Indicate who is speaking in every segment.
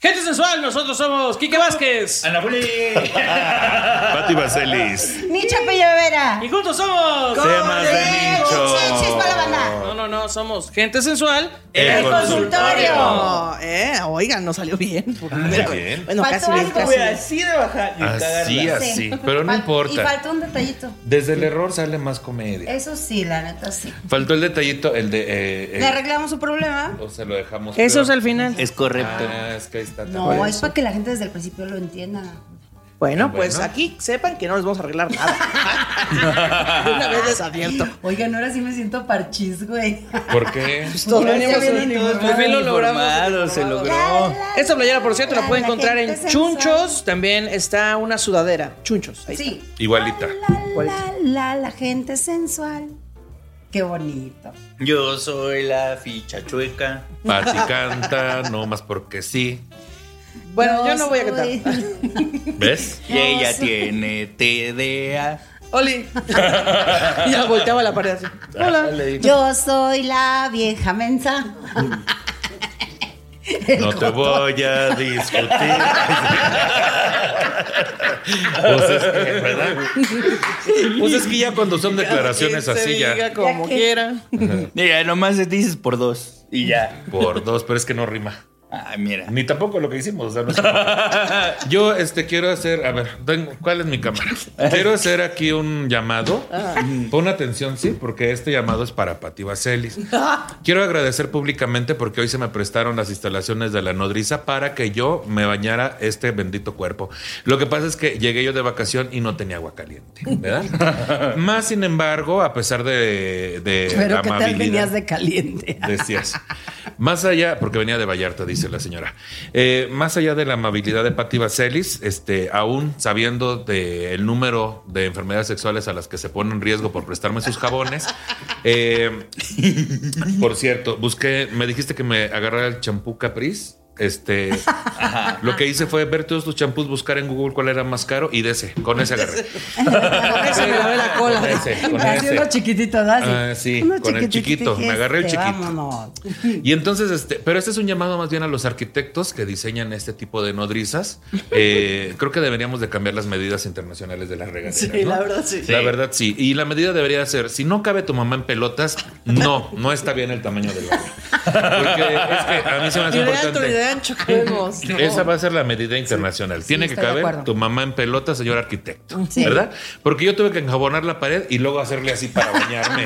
Speaker 1: Gente sensual, nosotros somos Quique
Speaker 2: Ah,
Speaker 1: Vázquez.
Speaker 3: Ana Puli.
Speaker 2: Pati Vaselis.
Speaker 4: Nicha Villavera.
Speaker 1: Y juntos somos.
Speaker 2: Se llama de nicho.
Speaker 4: Chichis para la banda.
Speaker 1: No, no, no, somos gente sensual.
Speaker 2: El
Speaker 1: El
Speaker 2: consultorio.
Speaker 1: consultorio.
Speaker 5: Eh, oigan, no salió bien.
Speaker 2: Muy bien.
Speaker 5: Bueno,
Speaker 4: Faltó
Speaker 5: casi bien,
Speaker 4: algo.
Speaker 5: casi
Speaker 4: Güey,
Speaker 5: bien.
Speaker 3: Así de bajar.
Speaker 2: Así, así. Pero no
Speaker 4: Fal- Y
Speaker 2: importa.
Speaker 4: faltó un detallito.
Speaker 2: Desde el error sale más comedia.
Speaker 4: Eso sí, la neta, sí.
Speaker 2: Faltó el detallito, el de. eh, eh,
Speaker 4: Le arreglamos su problema.
Speaker 2: o se lo dejamos.
Speaker 1: Eso es
Speaker 2: peor.
Speaker 1: al final.
Speaker 3: Es correcto.
Speaker 2: Ah, es que ahí está.
Speaker 4: No, es para que la gente desde el principio lo entienda.
Speaker 5: Bueno, pues
Speaker 2: Bueno.
Speaker 5: aquí sepan que no les vamos a arreglar
Speaker 3: Ah,
Speaker 5: nada. De Una vez les advierto.
Speaker 4: Oigan, ahora sí me siento parchis, güey.
Speaker 2: ¿Por qué?
Speaker 5: Todos
Speaker 4: Ya
Speaker 3: pues
Speaker 5: venimos
Speaker 4: viene
Speaker 5: unidos,
Speaker 4: uniformado.
Speaker 5: por fin lo
Speaker 3: Informado,
Speaker 5: logramos.
Speaker 3: se logró.
Speaker 5: Esta playera, por cierto, la pueden
Speaker 4: La
Speaker 5: encontrar
Speaker 4: gente
Speaker 5: en
Speaker 4: sensual.
Speaker 5: Chunchos. También está una sudadera. Chunchos. Ahí
Speaker 4: Sí.
Speaker 2: Igualita.
Speaker 4: La, la, la, la gente sensual. Qué bonito.
Speaker 3: Yo soy la ficha chueca.
Speaker 2: Pati canta, no más porque sí.
Speaker 5: está. Bueno, yo no voy a cantar.
Speaker 4: soy-
Speaker 2: ¿Ves?
Speaker 3: Y ella
Speaker 4: sí.
Speaker 3: tiene TDA.
Speaker 5: Oli. y ya volteaba la pared así.
Speaker 2: Ah,
Speaker 5: Hola.
Speaker 4: Yo soy la vieja mensa.
Speaker 2: No te voy a discutir. Pues es que, ¿verdad? Pues es que ya cuando son declaraciones
Speaker 5: Que se
Speaker 2: así ya.
Speaker 5: diga como
Speaker 4: Ya que-
Speaker 5: quiera.
Speaker 3: Mira, nomás te dices por dos. Y ya.
Speaker 2: Por dos, pero es que no rima.
Speaker 3: Ah, mira.
Speaker 2: Ni tampoco lo que hicimos. o sea, no es como que- Yo este, quiero hacer, a ver, tengo- ¿cuál es mi cámara? Quiero hacer aquí un llamado.
Speaker 4: Ah.
Speaker 2: Pon atención, sí, porque este llamado es para Pati Vaselis. Quiero agradecer públicamente porque hoy se me prestaron las instalaciones de la nodriza para que yo me bañara este bendito cuerpo. Lo que pasa es que llegué yo de vacación y no tenía agua caliente, ¿verdad? Más sin embargo, a pesar de, de
Speaker 4: Pero
Speaker 2: la
Speaker 4: que tal
Speaker 2: amabilidad-
Speaker 4: venías de caliente.
Speaker 2: Decías. Más allá, porque venía de Vallarta, dice la señora. Eh, más allá de la amabilidad de Patti Vaselis, este, aún sabiendo del número de enfermedades sexuales a las que se pone en riesgo por prestarme sus jabones, eh, por cierto, busqué, me dijiste que me agarrara el champú Capriz. Este, lo que hice fue ver todos tus champús, buscar en Google cuál era más caro y de ese, con ese agarré.
Speaker 5: Con eso me lavé la
Speaker 2: Con
Speaker 5: cola.
Speaker 2: ese, con
Speaker 4: Así
Speaker 2: ese.
Speaker 4: uno chiquitito, ¿no? Así.
Speaker 2: Ah, sí,
Speaker 4: Uno
Speaker 2: con el
Speaker 4: chiquitito,
Speaker 2: chiquito, me agarré el
Speaker 4: este,
Speaker 2: chiquito.
Speaker 4: Vámonos.
Speaker 2: Y entonces, este, pero este es un llamado más bien a los arquitectos que diseñan este tipo de nodrizas. Eh, creo que deberíamos de cambiar las medidas internacionales de las regaderas.
Speaker 5: Sí,
Speaker 2: ¿no?
Speaker 5: la verdad sí.
Speaker 2: La verdad, sí. Y la medida debería ser, si no cabe tu mamá en pelotas, no, no está bien el tamaño del baño. Porque es que a mí se me hace
Speaker 5: Ni de alto ni
Speaker 2: importante.
Speaker 5: de ancho caemos. No.
Speaker 2: Esa va a ser la medida internacional. Tiene que
Speaker 4: estoy de
Speaker 2: caber
Speaker 4: acuerdo.
Speaker 2: tu mamá en pelota, señor arquitecto.
Speaker 4: Sí.
Speaker 2: ¿Verdad? Porque yo tuve que enjabonar la pared y luego hacerle así para bañarme.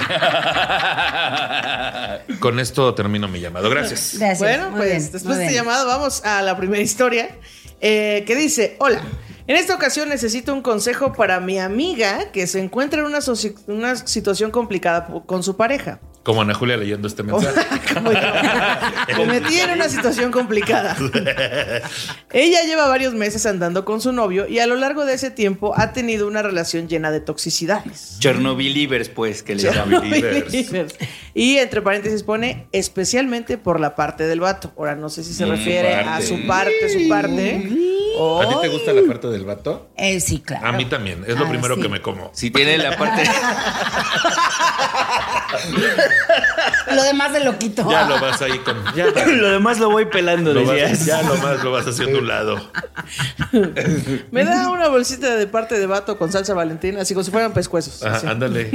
Speaker 2: Con esto termino mi llamado. Gracias.
Speaker 4: Gracias.
Speaker 5: Bueno,
Speaker 4: muy
Speaker 5: pues
Speaker 4: bien, muy
Speaker 5: después de
Speaker 4: bien.
Speaker 5: este llamado vamos a la primera historia eh, que dice, hola, en esta ocasión necesito un consejo para mi amiga que se encuentra en una, soci- una situación complicada po- con su pareja.
Speaker 2: Como Ana Julia leyendo este mensaje.
Speaker 5: Como yo. Me metí en una situación complicada. Ella lleva varios meses andando con su novio y a lo largo de ese tiempo ha tenido una relación llena de toxicidades.
Speaker 3: Chernobylivers, pues, que le llaman.
Speaker 2: Believers.
Speaker 5: Y entre paréntesis pone especialmente por la parte del vato. Ahora no sé si se
Speaker 3: Mm,
Speaker 5: refiere a
Speaker 2: parte.
Speaker 5: su parte, su parte. o-
Speaker 2: ¿A ti te gusta la parte del vato?
Speaker 4: Eh, sí, claro.
Speaker 2: A mí también. Es lo
Speaker 4: Ah,
Speaker 2: primero
Speaker 4: sí.
Speaker 2: que me como.
Speaker 3: Si tiene la parte.
Speaker 4: Lo demás de lo quito.
Speaker 2: Ya lo vas ahí con. Ya,
Speaker 3: lo demás lo voy pelando,
Speaker 2: lo vas,
Speaker 3: decías.
Speaker 2: ya lo más lo vas haciendo a un lado.
Speaker 5: Me da una bolsita de parte de vato con salsa valentina, así como si fueran pescuezos.
Speaker 2: Ajá,
Speaker 5: así.
Speaker 2: Ándale.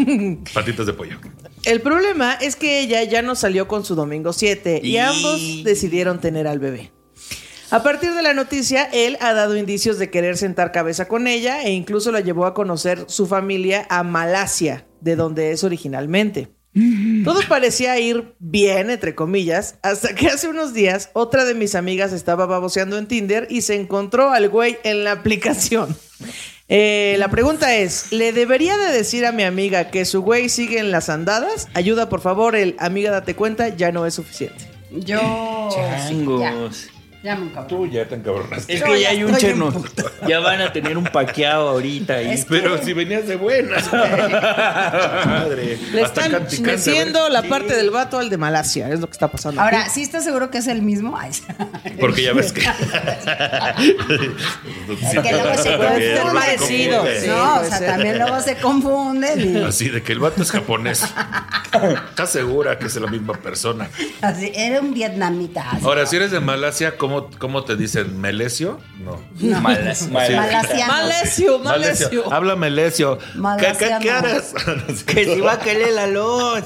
Speaker 2: Patitas de pollo.
Speaker 5: El problema es que ella ya no salió con su domingo 7 y,
Speaker 3: Y-
Speaker 5: ambos decidieron tener al bebé. A partir de la noticia, él ha dado indicios de querer sentar cabeza con ella e incluso la llevó a conocer su familia a Malasia, de donde es originalmente. Todo parecía ir bien, entre comillas, hasta que hace unos días otra de mis amigas estaba baboseando en Tinder y se encontró al güey en la aplicación. Eh, la pregunta es, ¿le debería de decir a mi amiga que su güey sigue en las andadas? Ayuda, por favor, el amiga date cuenta, ya no es suficiente.
Speaker 4: Yo.
Speaker 3: Changos.
Speaker 4: Sí, ya, ya me encabroné.
Speaker 2: Tú ya te encabronaste.
Speaker 3: Es
Speaker 4: Yo
Speaker 3: que
Speaker 4: ya
Speaker 3: ya hay un
Speaker 4: estoy
Speaker 3: cherno. Ya van a tener un paqueado ahorita. ahí.
Speaker 4: Es-
Speaker 2: Pero si venías de buenas. Madre.
Speaker 5: Le
Speaker 2: Hasta
Speaker 5: están
Speaker 2: canti, canti, a ver.
Speaker 5: metiendo la parte del vato al de Malasia, es lo que está pasando.
Speaker 4: Ahora, ¿sí estás seguro que es el mismo? Ay,
Speaker 2: Porque ya ves que.
Speaker 4: que luego se
Speaker 2: También,
Speaker 5: Son
Speaker 2: luego se
Speaker 5: parecidos,
Speaker 2: confunde.
Speaker 4: no, o
Speaker 5: puede
Speaker 4: sea,
Speaker 5: ser.
Speaker 4: también luego se confunden y
Speaker 2: Así de que el vato es japonés. Estás segura que es la misma persona.
Speaker 4: así. Era un vietnamita. así.
Speaker 2: Ahora, si eres de Malasia, ¿cómo, cómo te dicen? ¿Melesio? No.
Speaker 3: Malas, malas.
Speaker 4: Malasiano.
Speaker 5: Malesio, Malesio.
Speaker 2: Malesio. Ah, Habla Melesio. ¿Qué, qué,
Speaker 4: Malasiano.
Speaker 2: qué harás?
Speaker 3: Que si va a caer la luz.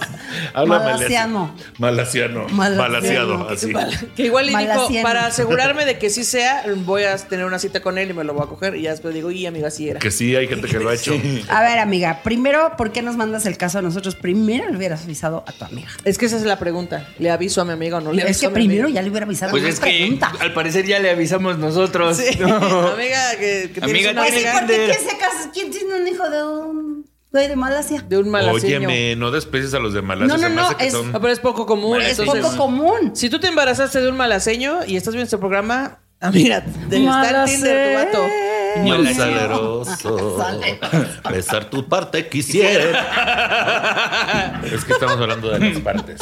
Speaker 2: Habla
Speaker 4: Malasiano.
Speaker 2: Malesio. Malasiano.
Speaker 4: Malasiano.
Speaker 2: Malasiado, así.
Speaker 5: Que igual y dijo,
Speaker 4: Malaciano.
Speaker 5: para asegurarme de que sí sea, voy a tener una cita con él y me lo voy a coger. Y ya después digo, y amiga, sí era.
Speaker 2: Que sí, hay gente que lo ha hecho.
Speaker 4: A ver, amiga, primero, ¿por qué nos mandas el caso a nosotros? Primero le hubieras avisado a tu amiga.
Speaker 5: Es que esa es la pregunta. ¿Le aviso a mi amiga o no le
Speaker 4: Es
Speaker 5: aviso
Speaker 4: que
Speaker 5: a mi amiga?
Speaker 4: primero ya le hubiera avisado
Speaker 3: Pues
Speaker 4: a
Speaker 3: es que al parecer ya le avisamos nosotros.
Speaker 5: Sí.
Speaker 3: No.
Speaker 5: Amiga, que, que tienes
Speaker 3: Amiga,
Speaker 5: una
Speaker 3: Pues sí,
Speaker 5: amiga
Speaker 3: porque
Speaker 5: de-
Speaker 3: ¿quién
Speaker 4: se casa? ¿Quién tiene un hijo de un güey de Malasia?
Speaker 5: de un malaseño.
Speaker 2: Óyeme, no desprecies a los de Malasia.
Speaker 4: No, no,
Speaker 2: se me
Speaker 4: no,
Speaker 2: hace que
Speaker 4: es-
Speaker 2: son-
Speaker 5: Ah, pero es poco común.
Speaker 4: Es
Speaker 5: entonces-
Speaker 4: poco común.
Speaker 5: Si tú te embarazaste de un malaseño y estás viendo este programa, amiga, te está en Tinder tu vato.
Speaker 2: Mal saleroso. Besar tu parte quisiera. es que estamos hablando de las partes.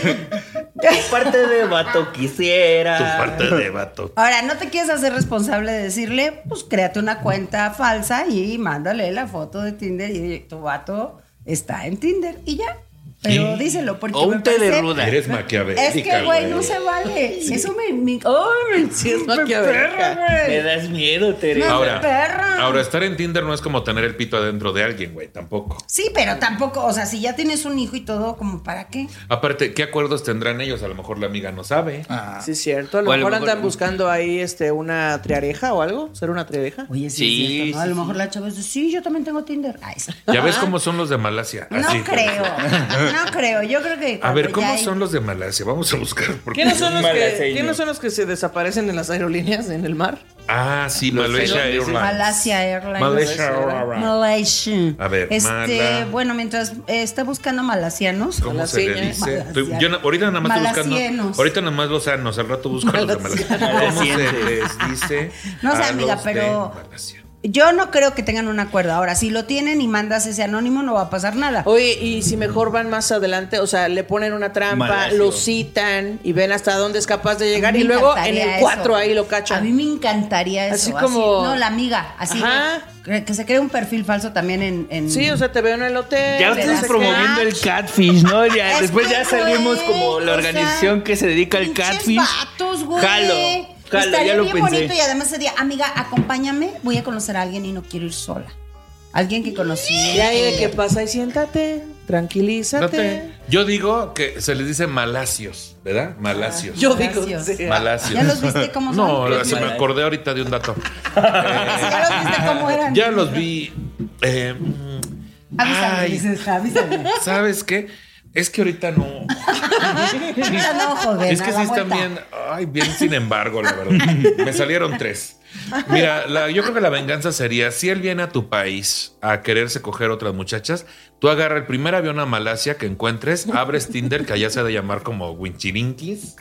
Speaker 3: Tu parte de vato quisiera.
Speaker 2: Tu parte de vato.
Speaker 4: Ahora, ¿no te quieres hacer responsable de decirle? Pues créate una cuenta falsa y mándale la foto de Tinder y tu vato está en Tinder y ya. Pero
Speaker 2: Sí.
Speaker 4: díselo porque
Speaker 3: O
Speaker 4: me
Speaker 3: un té de
Speaker 4: parece-
Speaker 3: ruda.
Speaker 2: Eres maquiavélica.
Speaker 4: Es que, güey, no se vale. Eso me... me ¡Ay,
Speaker 5: Sí, es
Speaker 4: me
Speaker 5: maquiavélica.
Speaker 4: perra, güey!
Speaker 3: Me das miedo, Tere.
Speaker 4: No.
Speaker 2: Ahora,
Speaker 4: perra.
Speaker 2: ahora, estar en Tinder no es como tener el pito adentro de alguien, güey, tampoco.
Speaker 4: Sí, pero tampoco, o sea, si ya tienes un hijo y todo, como para qué?
Speaker 2: Aparte, ¿qué acuerdos tendrán ellos? A lo mejor la amiga no sabe.
Speaker 3: Ah.
Speaker 5: Sí, es cierto. A lo
Speaker 3: O a lo
Speaker 5: mejor
Speaker 3: mejor-
Speaker 5: andan buscando ahí este, una triareja o algo. ¿Ser una triareja?
Speaker 4: Oye, sí,
Speaker 3: Sí,
Speaker 4: es cierto, ¿no? A
Speaker 3: sí,
Speaker 4: lo mejor la chava dice, sí, yo también tengo Tinder. Ay, sí.
Speaker 2: Ya ves cómo son los de Malasia.
Speaker 4: Ah.
Speaker 5: Ah,
Speaker 4: No
Speaker 2: Así.
Speaker 4: creo, no creo. Yo creo que.
Speaker 2: A ver,
Speaker 4: cuando
Speaker 2: ¿cómo
Speaker 4: ya hay-
Speaker 2: son los de Malasia? Vamos a buscar. porque-
Speaker 5: ¿Quiénes son, los que,
Speaker 3: Malaseño.
Speaker 5: quiénes son los que se desaparecen en las aerolíneas en el mar?
Speaker 2: Ah, sí,
Speaker 3: Los
Speaker 2: Malaysia
Speaker 3: celotes.
Speaker 2: Airlines.
Speaker 4: Malasia Airlines.
Speaker 2: Malaysia Airlines.
Speaker 4: Malaysia.
Speaker 2: A ver,
Speaker 4: este,
Speaker 2: mala-
Speaker 4: bueno, mientras eh, está buscando malasianos.
Speaker 2: ¿Cómo se le
Speaker 5: Malaseña.
Speaker 2: dice?
Speaker 4: Malasiano.
Speaker 2: Estoy- yo na- ahorita nada más estoy
Speaker 4: Malasianos.
Speaker 2: buscando. Ahorita nada más los sanos. Al rato busco los de Malasia. ¿Cómo se
Speaker 3: Malasientes.
Speaker 2: les dice?
Speaker 4: No sé,
Speaker 2: a
Speaker 4: amiga,
Speaker 2: los de
Speaker 4: pero-
Speaker 2: Malasia?
Speaker 4: Yo no creo que tengan un acuerdo. Ahora, si lo tienen y mandas ese anónimo, no va a pasar nada.
Speaker 5: Oye, y si mejor van más adelante, o sea, le ponen una trampa,
Speaker 3: Malacio.
Speaker 5: lo citan y ven hasta dónde es capaz de llegar y
Speaker 4: Me
Speaker 5: luego en
Speaker 4: encantaría
Speaker 5: el
Speaker 4: eso.
Speaker 5: 4 ahí lo
Speaker 4: A mí
Speaker 5: cachan.
Speaker 4: me encantaría eso.
Speaker 5: Así como-
Speaker 4: no, la amiga. Así.
Speaker 5: Ajá.
Speaker 4: Que, que se cree un perfil falso también en. en-
Speaker 5: Sí, o sea, te veo en el hotel.
Speaker 3: Ya
Speaker 5: te
Speaker 3: estás
Speaker 5: das
Speaker 3: promoviendo
Speaker 5: crack.
Speaker 3: el catfish, ¿no? Ya,
Speaker 4: Es
Speaker 3: después ya
Speaker 4: que,
Speaker 3: salimos
Speaker 4: güey,
Speaker 3: como la
Speaker 4: o
Speaker 3: organización
Speaker 4: sea,
Speaker 3: que se dedica al
Speaker 4: pinches
Speaker 3: catfish.
Speaker 4: vatos, güey.
Speaker 3: Jalo, jalo,
Speaker 4: Estaría
Speaker 3: ya lo
Speaker 4: bien
Speaker 3: pensé.
Speaker 4: bonito y además sería, amiga, acompáñame, voy a conocer a alguien y no quiero ir sola. Alguien que conocí.
Speaker 5: Y ahí de que pasa y siéntate,
Speaker 2: No
Speaker 5: tranquilízate.
Speaker 2: te- Yo digo que se les dice malacios, ¿verdad? Malacios.
Speaker 5: Yo digo,
Speaker 4: Gracias.
Speaker 5: sí.
Speaker 2: Malacios.
Speaker 4: Ah, ¿Ya los viste cómo son?
Speaker 2: No,
Speaker 4: ¿Qué
Speaker 2: se me
Speaker 3: tal?
Speaker 2: acordé ahorita de un dato.
Speaker 4: Ya los viste cómo eran.
Speaker 2: Ya los vi. eh, mm,
Speaker 4: Avísame,
Speaker 2: ay,
Speaker 4: dices, avísame.
Speaker 2: ¿Sabes qué? Es que ahorita no.
Speaker 4: Ahorita no, joven,
Speaker 2: Es que
Speaker 4: a
Speaker 2: sí
Speaker 4: la
Speaker 2: están
Speaker 4: vuelta.
Speaker 2: bien. Ay, bien, sin embargo, la verdad. Me salieron tres. Mira, la- yo creo que la venganza sería: si él viene a tu país a quererse coger otras muchachas, tú agarra el primer avión a Malasia que encuentres, abres Tinder, que allá se ha de llamar como Winchirinkis.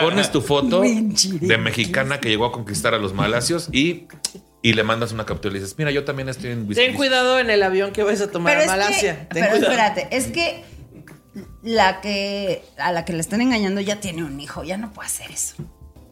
Speaker 2: Pones tu foto
Speaker 4: Winchirinkis.
Speaker 2: de mexicana que llegó a conquistar a los malasios y, y le mandas una captura y le dices: Mira, yo también estoy en
Speaker 5: Ten
Speaker 2: Winchirinkis.
Speaker 5: cuidado en el avión que vas a tomar
Speaker 4: Pero
Speaker 5: a
Speaker 4: es
Speaker 5: Malasia.
Speaker 4: que,
Speaker 5: Ten
Speaker 4: pero
Speaker 5: cuidado.
Speaker 4: espérate, es que la que a la que le están engañando ya tiene un hijo, ya no puede hacer eso.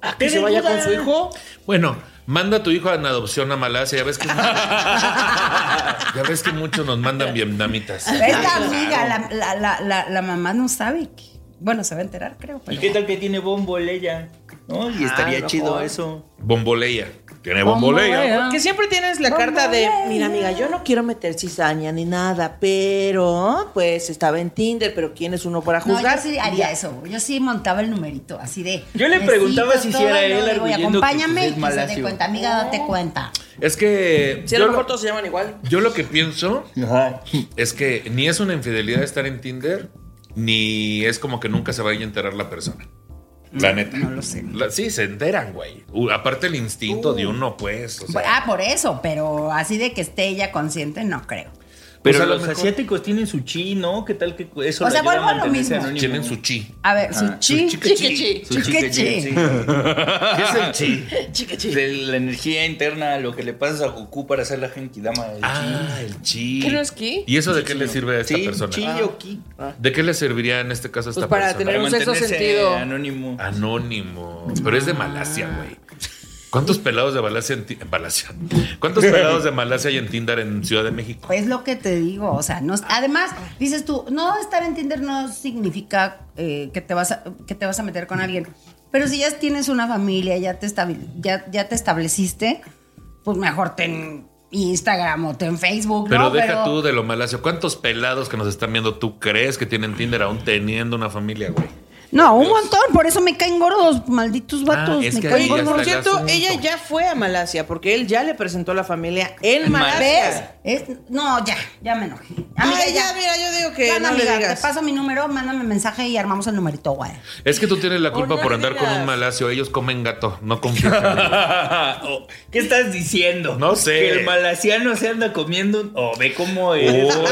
Speaker 5: ¿A que se vaya con su hijo.
Speaker 2: Bueno, manda a tu hijo en adopción a Malasia. Ya ves que, ya ves que muchos nos mandan vietnamitas.
Speaker 4: Es la amiga, la, la- la- la- la mamá no sabe que- Bueno, se va a enterar, creo.
Speaker 3: ¿Y
Speaker 4: Pero
Speaker 3: qué tal que tiene bombo ella? No, y
Speaker 5: Ah,
Speaker 3: estaría
Speaker 5: mejor.
Speaker 3: chido eso.
Speaker 2: Bomboleya. Tiene bombolea.
Speaker 4: Ah.
Speaker 5: Que siempre tienes la carta de, mira amiga, yo no quiero meter cizaña ni nada, pero pues estaba en Tinder, pero ¿quién es uno para
Speaker 4: No,
Speaker 5: juzgar?
Speaker 4: yo sí haría eso. Yo sí montaba el numerito, así de.
Speaker 3: Yo le
Speaker 4: besitos,
Speaker 3: preguntaba si
Speaker 4: todo,
Speaker 3: hiciera
Speaker 4: y luego
Speaker 3: él
Speaker 4: digo,
Speaker 3: arguyendo que
Speaker 4: Acompáñame
Speaker 3: pues
Speaker 4: y
Speaker 3: es
Speaker 4: que se dé
Speaker 3: malacio".
Speaker 4: cuenta. Amiga, date cuenta.
Speaker 2: Es que
Speaker 5: Sí, a
Speaker 2: yo
Speaker 5: lo mejor
Speaker 2: lo,
Speaker 5: todos se llaman igual.
Speaker 2: yo lo que pienso
Speaker 3: Ajá.
Speaker 2: es que ni es una infidelidad estar en Tinder, ni es como que nunca se vaya a enterar la persona. La neta.
Speaker 4: no lo sé.
Speaker 2: La- sí, se enteran, güey. U- aparte el instinto de uno, pues. o sea.
Speaker 4: ah, por eso, pero así de que esté ella consciente, no creo.
Speaker 2: Pues
Speaker 3: Pero
Speaker 2: a lo
Speaker 3: los
Speaker 2: mejor-
Speaker 3: asiáticos tienen su chi, ¿no? ¿Qué tal que eso
Speaker 4: O sea,
Speaker 3: le ayuda
Speaker 4: vuelvo a lo
Speaker 3: mantenerse
Speaker 4: mismo.
Speaker 3: anónimo?
Speaker 2: Tienen su chi.
Speaker 4: A ver, su
Speaker 3: Ajá,
Speaker 4: chi.
Speaker 2: su chiquichi.
Speaker 3: Su chi que
Speaker 4: Chiquichi.
Speaker 3: tiene, sí. ¿Qué es el chi? De la energía interna, lo que le pasas a Goku para hacer la Genkidama del
Speaker 2: Ah, el chi.
Speaker 5: ¿Qué no es ki?
Speaker 2: ¿Y eso de qué le sirve a esta
Speaker 3: sí,
Speaker 2: persona?
Speaker 3: chi o ki.
Speaker 2: ¿De qué le serviría en este caso a esta
Speaker 5: Pues para
Speaker 2: persona?
Speaker 5: tener un sexto
Speaker 3: mantenerse
Speaker 5: sentido.
Speaker 3: anónimo.
Speaker 2: Anónimo. Pero es de Malasia, güey. ¿Cuántos pelados de Malasia en, Ti- en Malasia? ¿Cuántos pelados de Malasia hay en Tinder en Ciudad de México?
Speaker 4: Es lo que te digo, o sea, no, además, dices tú, no estar en Tinder no significa eh, que, te vas a, que te vas a meter con alguien. Pero si ya tienes una familia, ya te, estabil- ya, ya te estableciste, pues mejor ten Instagram o ten Facebook.
Speaker 2: Pero
Speaker 4: ¿no?
Speaker 2: deja tú de lo Malasia. ¿Cuántos pelados que nos están viendo tú crees que tienen Tinder aún teniendo una familia, güey?
Speaker 4: No, un montón, por eso me caen gordos, malditos vatos.
Speaker 2: Ah, es
Speaker 4: me
Speaker 2: que
Speaker 4: caen
Speaker 2: ahí ya
Speaker 5: Oye,
Speaker 2: está
Speaker 5: por
Speaker 2: el
Speaker 5: cierto,
Speaker 2: asunto.
Speaker 5: ella ya fue a Malasia porque él ya le presentó a la familia en
Speaker 3: En Malasia.
Speaker 4: ¿Ves?
Speaker 5: Malasia.
Speaker 4: Es- no, ya, ya me enojé. Amiga,
Speaker 5: Ay,
Speaker 4: ya.
Speaker 5: ya, mira, yo digo que
Speaker 4: Ya,
Speaker 5: no le
Speaker 4: amiga,
Speaker 5: digas.
Speaker 4: te paso mi número, mándame mensaje y armamos el numerito, guay.
Speaker 2: Es que tú tienes la culpa
Speaker 5: Una
Speaker 2: por andar con un
Speaker 5: digas.
Speaker 2: malacio. Ellos comen gato, no confían.
Speaker 3: Oh, ¿Qué estás diciendo?
Speaker 2: No sé.
Speaker 3: Que el malasiano se anda comiendo un... Oh, ve cómo
Speaker 2: Uy,
Speaker 3: eres.
Speaker 2: cómo.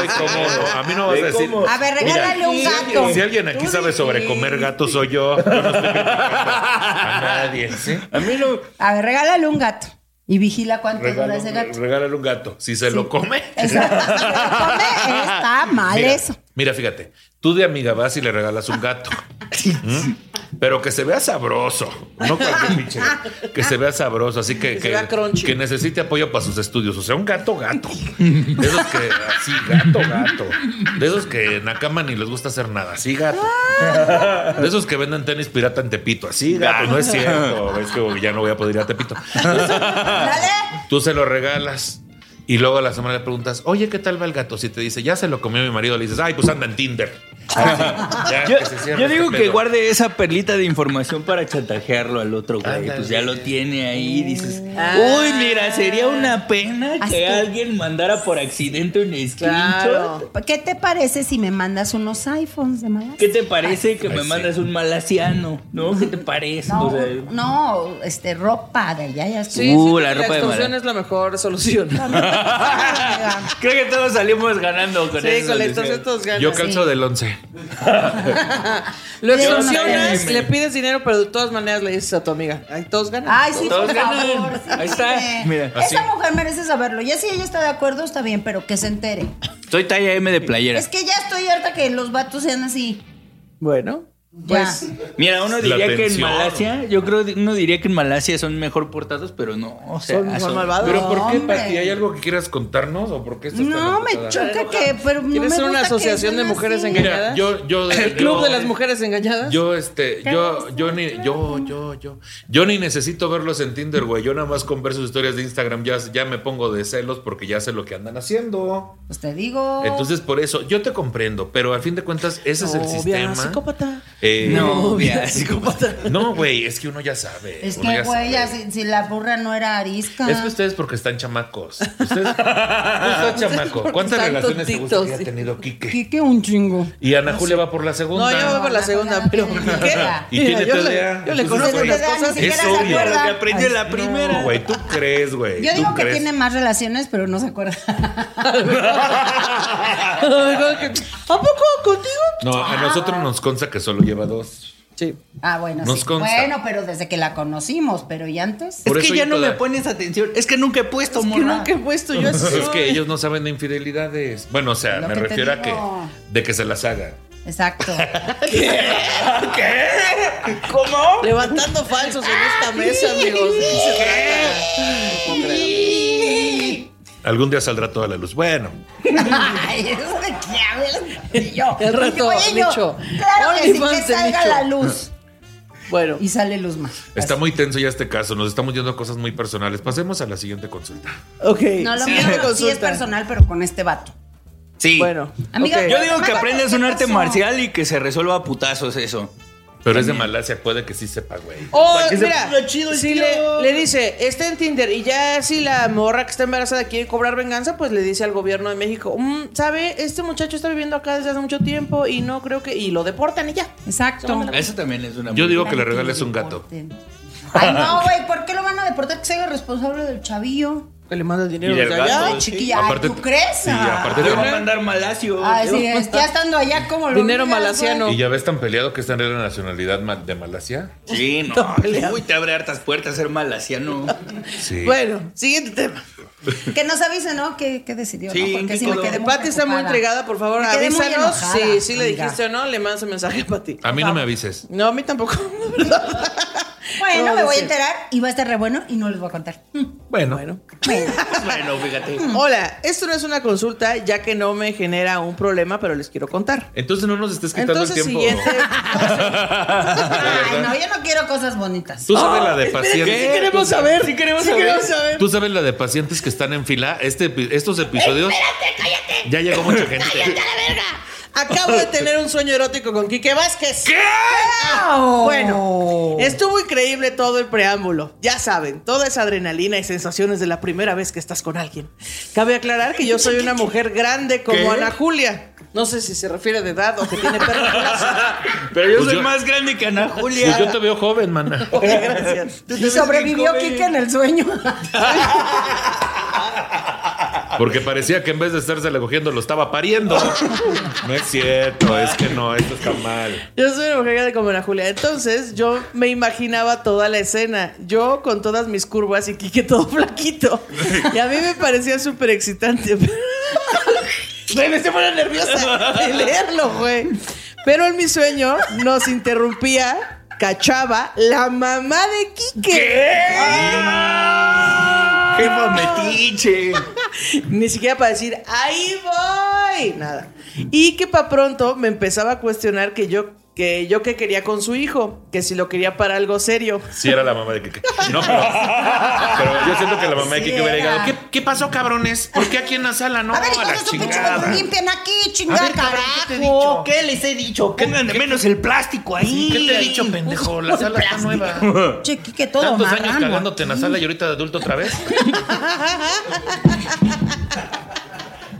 Speaker 2: A mí no vas a
Speaker 3: Ve
Speaker 2: decir.
Speaker 3: cómo-
Speaker 4: A ver, regálale un gato.
Speaker 2: Si alguien aquí
Speaker 5: Tú
Speaker 2: sabe sobre comer gatos, soy yo. Yo no estoy criticando a nadie. ¿sí?
Speaker 3: A mí no...
Speaker 4: A ver, regálale un gato y vigila cuánto dura
Speaker 2: Regálale
Speaker 4: ese
Speaker 2: un-
Speaker 4: gato.
Speaker 2: regálale un gato. Si se lo come.
Speaker 4: Exacto. Se lo come, Está mal
Speaker 2: Mira,
Speaker 4: eso.
Speaker 2: Mira, fíjate. Tú de amiga vas y le regalas un gato. ¿Mm? Pero que se vea sabroso. No cualquier pinche gato. Que se vea sabroso. Así que.
Speaker 5: Que se vea crunchy.
Speaker 2: que necesite apoyo para sus estudios. O sea, un gato, gato. De esos que. Así, gato, gato. De esos que en la cama ni les gusta hacer nada. Así, gato. De esos que venden tenis pirata en Tepito. Así, gato. No es cierto. Es que ya no voy a poder ir a Tepito.
Speaker 4: Dale.
Speaker 2: Tú se lo regalas. Y luego a la semana le preguntas, oye, ¿qué tal va el gato? Si te dice, ya se lo comió mi marido, le dices, ay, pues anda en Tinder. Ya,
Speaker 3: Yo,
Speaker 2: que se cierre
Speaker 3: yo
Speaker 2: este
Speaker 3: digo que
Speaker 2: pedo.
Speaker 3: guarde esa perlita de información para chantajearlo al otro güey.
Speaker 2: Ándale.
Speaker 3: Pues ya lo tiene ahí y dices,
Speaker 5: Ah.
Speaker 3: uy, mira, sería una pena
Speaker 4: Así
Speaker 3: que
Speaker 4: que-
Speaker 3: alguien mandara por accidente un screenshot.
Speaker 5: Claro.
Speaker 4: ¿Qué te parece si me mandas unos iPhones de malas?
Speaker 3: ¿Qué te parece que
Speaker 2: Ay,
Speaker 3: me
Speaker 2: sí.
Speaker 3: mandas un malasiano? ¿No? ¿Qué te parece?
Speaker 4: No,
Speaker 3: O sea,
Speaker 4: no, este, ropa de allá, ya estoy.
Speaker 5: Sí,
Speaker 3: Uh,
Speaker 5: siento
Speaker 3: la
Speaker 5: que
Speaker 3: ropa de
Speaker 5: extorsión
Speaker 3: Malasia.
Speaker 5: es la mejor solución.
Speaker 3: Creo que todos salimos ganando con
Speaker 5: Sí,
Speaker 3: eso.
Speaker 5: con la extorsión todos ganan.
Speaker 2: Yo calzo
Speaker 5: Sí.
Speaker 2: del 11.
Speaker 5: Lo
Speaker 4: Yo no
Speaker 5: extorsionas,
Speaker 3: sé.
Speaker 5: le pides dinero, pero de todas maneras le dices a tu amiga. Ay, todos ganan.
Speaker 4: Ay, sí,
Speaker 3: Todos
Speaker 4: por
Speaker 3: ganan.
Speaker 4: favor. sí,
Speaker 3: Ahí está,
Speaker 4: dime.
Speaker 3: mira,
Speaker 2: así.
Speaker 4: Esa mujer merece saberlo. Ya si ella está de acuerdo, está bien, pero que se entere.
Speaker 3: Soy talla M de playera.
Speaker 4: Es que ya estoy harta que los vatos sean así.
Speaker 5: Bueno,
Speaker 4: Ya.
Speaker 5: pues
Speaker 3: Mira, uno
Speaker 2: La
Speaker 3: diría que en
Speaker 2: tensión.
Speaker 3: Malasia, yo creo que uno diría que en Malasia son mejor portados, pero no. O sea,
Speaker 2: Ah,
Speaker 5: son, son malvados.
Speaker 2: Pero ¿por qué,
Speaker 4: hombre.
Speaker 2: Pati? ¿Hay algo que quieras contarnos o por qué estás tan
Speaker 4: no, me
Speaker 2: enojada?
Speaker 4: choca que. Pero no me
Speaker 5: ¿Quieres ser
Speaker 4: gusta
Speaker 5: una
Speaker 4: que
Speaker 5: asociación de
Speaker 4: sean
Speaker 5: mujeres
Speaker 4: así.
Speaker 5: engañadas?
Speaker 2: Mira, yo, yo
Speaker 5: el club de las mujeres engañadas.
Speaker 2: Yo, este, yo, yo ni, yo, yo, yo, yo ni necesito verlos en Tinder, güey. Yo nada más con ver sus historias de Instagram ya, ya me pongo de celos porque ya sé lo que andan haciendo.
Speaker 4: Pues te digo.
Speaker 2: Entonces, por eso, yo te comprendo, pero al fin de cuentas, ese es el
Speaker 5: Novia,
Speaker 2: sistema.
Speaker 5: psicópata.
Speaker 2: Eh,
Speaker 3: No,
Speaker 5: Novia,
Speaker 3: mira,
Speaker 5: psicópata.
Speaker 2: No, güey, es que uno ya sabe.
Speaker 4: es
Speaker 2: uno
Speaker 4: que,
Speaker 2: ya sabe.
Speaker 4: güey, ya si, si la burra no era arisca.
Speaker 2: Es que ustedes porque están chamacos. Ustedes, tú estás chamaco.
Speaker 5: porque
Speaker 2: ¿Cuántas
Speaker 5: están
Speaker 2: relaciones te gusta que
Speaker 5: tontitos,
Speaker 2: haya
Speaker 5: sí.
Speaker 2: tenido Quique?
Speaker 4: ¿Qué, qué un chingo.
Speaker 2: Y Ana Julia va por la
Speaker 5: No,
Speaker 2: segunda.
Speaker 5: yo voy por la
Speaker 4: No,
Speaker 5: segunda,
Speaker 4: no,
Speaker 5: pero
Speaker 4: no,
Speaker 5: ¿qué?
Speaker 4: no, no.
Speaker 2: Y tiene
Speaker 5: yo le,
Speaker 2: TDA.
Speaker 5: yo le
Speaker 2: Entonces,
Speaker 5: conté
Speaker 2: no,
Speaker 5: unas
Speaker 2: güey.
Speaker 5: cosas.
Speaker 4: Ni siquiera
Speaker 2: Es
Speaker 4: se
Speaker 2: obvio.
Speaker 4: acuerda.
Speaker 3: Lo que aprendí en la
Speaker 4: Ay,
Speaker 3: primera.
Speaker 2: Güey, tú crees, güey.
Speaker 4: Yo
Speaker 2: ¿Tú
Speaker 4: digo que
Speaker 2: crees?
Speaker 4: tiene más relaciones, pero no se acuerda.
Speaker 5: ¿A poco contigo?
Speaker 2: No, a nosotros nos consta que solo lleva dos.
Speaker 5: Sí.
Speaker 4: Ah, bueno,
Speaker 2: Nos
Speaker 4: sí.
Speaker 2: consta.
Speaker 4: Bueno, pero desde que la conocimos, pero ¿y antes?
Speaker 2: Por
Speaker 3: es
Speaker 2: eso
Speaker 3: que ya
Speaker 2: yo
Speaker 3: no
Speaker 2: toda-
Speaker 3: me pones atención. Es que nunca he puesto,
Speaker 5: Es que
Speaker 3: morra.
Speaker 5: nunca he puesto yo así.
Speaker 2: Es que ellos no saben de infidelidades. Bueno, o sea,
Speaker 4: Lo
Speaker 2: me
Speaker 4: que te
Speaker 2: refiero a que
Speaker 4: digo.
Speaker 2: de que se las hagan.
Speaker 4: Exacto.
Speaker 3: ¿Cómo?
Speaker 5: Levantando falsos en esta mesa, amigos.
Speaker 2: Algún día saldrá toda la luz. Bueno,
Speaker 4: Ay, eso de qué hablas. Y yo.
Speaker 5: El rato,
Speaker 4: Y yo, oye, yo,
Speaker 5: Nicho.
Speaker 4: Claro que sí,
Speaker 5: OnlyFans
Speaker 4: que
Speaker 5: de
Speaker 4: salga
Speaker 5: Nicho.
Speaker 4: la luz.
Speaker 5: Bueno.
Speaker 4: Y sale Luzma.
Speaker 2: Está muy tenso ya este caso, nos estamos yendo a cosas muy personales. Pasemos a la siguiente consulta.
Speaker 5: Ok.
Speaker 4: No, lo
Speaker 5: sí,
Speaker 4: mío
Speaker 5: me
Speaker 4: sí es
Speaker 5: consulta.
Speaker 4: personal, pero con este vato.
Speaker 3: Sí.
Speaker 5: Bueno.
Speaker 4: Amiga,
Speaker 5: ok.
Speaker 3: Yo digo que
Speaker 4: Mándale,
Speaker 3: aprendas un
Speaker 4: ¿qué
Speaker 3: arte
Speaker 4: pasó?
Speaker 3: marcial y que se resuelva a putazos eso.
Speaker 2: Pero es de Malasia, puede que sí sepa, güey.
Speaker 5: O,
Speaker 3: Para que se
Speaker 5: Oh, mira,
Speaker 3: ponga chido el
Speaker 5: si
Speaker 3: tío.
Speaker 5: le, le dice, está en Tinder y ya si la morra que está embarazada quiere cobrar venganza, pues le dice al gobierno de México, "Mm, ¿sabe? Este muchacho está viviendo acá desde hace mucho tiempo y no creo que... Y lo deportan y ya.
Speaker 4: Exacto.
Speaker 3: Eso también es una.
Speaker 2: Yo
Speaker 3: muy-
Speaker 2: digo que le regales un gato.
Speaker 4: Ay, no, güey, ¿por qué lo van a deportar? Que se haga responsable del chavillo.
Speaker 5: Que le mandas dinero
Speaker 3: Y el
Speaker 5: desde allá.
Speaker 3: gato,
Speaker 4: Ay, chiquilla, ay,
Speaker 2: Aparte-
Speaker 4: ¿tú crees? Ah.
Speaker 2: Sí, aparte
Speaker 3: Te
Speaker 2: te
Speaker 3: va a
Speaker 2: va-
Speaker 3: mandar malacio.
Speaker 4: Ay, sí, Ah, es, ya estando allá como lo
Speaker 5: Dinero
Speaker 4: digas,
Speaker 5: malasiano.
Speaker 2: Y ya ves tan peleado que están en la nacionalidad ma- de Malasia.
Speaker 3: Sí, no. Uy, te abre hartas puertas ser malaciano.
Speaker 2: Sí.
Speaker 5: Bueno, siguiente tema.
Speaker 4: güey. Que nos avisen, ¿no? ¿Qué, qué decidió?
Speaker 3: Sí,
Speaker 4: ¿no? Porque
Speaker 3: ¿en
Speaker 4: sí
Speaker 3: qué
Speaker 4: me
Speaker 3: color?
Speaker 4: quedé muy
Speaker 5: Pati está muy
Speaker 4: preocupada.
Speaker 5: entregada, por favor,
Speaker 4: Me quedé muy
Speaker 5: avísanos.
Speaker 4: enojada,
Speaker 5: Si sí, le
Speaker 4: amiga.
Speaker 5: dijiste o no, le mandas un mensaje a Pati.
Speaker 2: A mí no me avises.
Speaker 5: No, a mí tampoco, ¿verdad?
Speaker 4: Bueno,
Speaker 5: No,
Speaker 4: me
Speaker 5: no
Speaker 4: voy a
Speaker 5: sé.
Speaker 4: enterar y va a estar re bueno y no les voy a contar.
Speaker 2: Bueno.
Speaker 5: Bueno.
Speaker 3: bueno, fíjate.
Speaker 5: Hola, esto no es una consulta ya que no me genera un problema, pero les quiero contar.
Speaker 2: Entonces no nos estés quitando
Speaker 5: Entonces,
Speaker 2: el tiempo.
Speaker 5: siguiente.
Speaker 4: Ay,
Speaker 2: verdad.
Speaker 4: no, yo no quiero cosas bonitas.
Speaker 2: Tú sabes la de
Speaker 5: Sí
Speaker 2: pacientes.
Speaker 5: queremos saber. Sí queremos saber.
Speaker 2: Tú sabes la de pacientes que están en fila. Este, epi- estos episodios. cállate! Ya llegó mucha gente.
Speaker 5: Acabo de tener un sueño erótico con Quique Vázquez. ¿Qué? Bueno, estuvo increíble todo el preámbulo. Ya saben, toda esa adrenalina y sensaciones de la primera vez que estás con alguien. Cabe aclarar que yo soy una mujer grande como
Speaker 2: ¿Qué?
Speaker 5: Ana Julia. No sé si se refiere de edad o que tiene perro.
Speaker 3: Pero yo
Speaker 2: Pues
Speaker 3: soy
Speaker 2: yo-
Speaker 3: más grande que Ana
Speaker 2: Pues yo
Speaker 3: Julia.
Speaker 2: te veo joven, mana.
Speaker 5: Gracias.
Speaker 4: Y sobrevivió Kike en el sueño.
Speaker 2: Porque parecía que en vez de estársele cogiendo lo estaba pariendo. No es cierto, es que no, esto está mal.
Speaker 5: Yo soy una mujer grande como Ana Julia. Entonces, yo me imaginaba toda la escena. Yo con todas mis curvas y Quique todo flaquito. Y a mí me parecía súper excitante. Güey, me estoy poniendo nerviosa de leerlo, güey. Pero en mi sueño nos interrumpía, cachaba, la mamá de Quique.
Speaker 3: Jefa metiche.
Speaker 5: Ni siquiera para decir, ahí voy. Nada. Y que para pronto me empezaba a cuestionar que yo, que yo qué quería con su hijo, que si lo quería para algo serio.
Speaker 2: Sí, era la mamá de Kike. No, pero, pero yo siento que la mamá de
Speaker 4: Sí
Speaker 2: Kike hubiera
Speaker 4: era.
Speaker 2: llegado. ¿Qué, qué pasó, cabrones? ¿Por qué aquí en la sala no?
Speaker 4: A ver,
Speaker 2: A
Speaker 4: hijos de
Speaker 2: la
Speaker 4: su pinche
Speaker 2: chingada.
Speaker 4: madre, limpien aquí, chingada, carajo.
Speaker 3: Carajo, ¿qué les he dicho? Pongan de menos el plástico ahí.
Speaker 2: ¿Qué te he dicho, pendejo? La sala está nueva.
Speaker 4: Che, Kike, todo
Speaker 2: Tantos años
Speaker 4: marrano.
Speaker 2: cagándote en la sala y ahorita de adulto otra vez.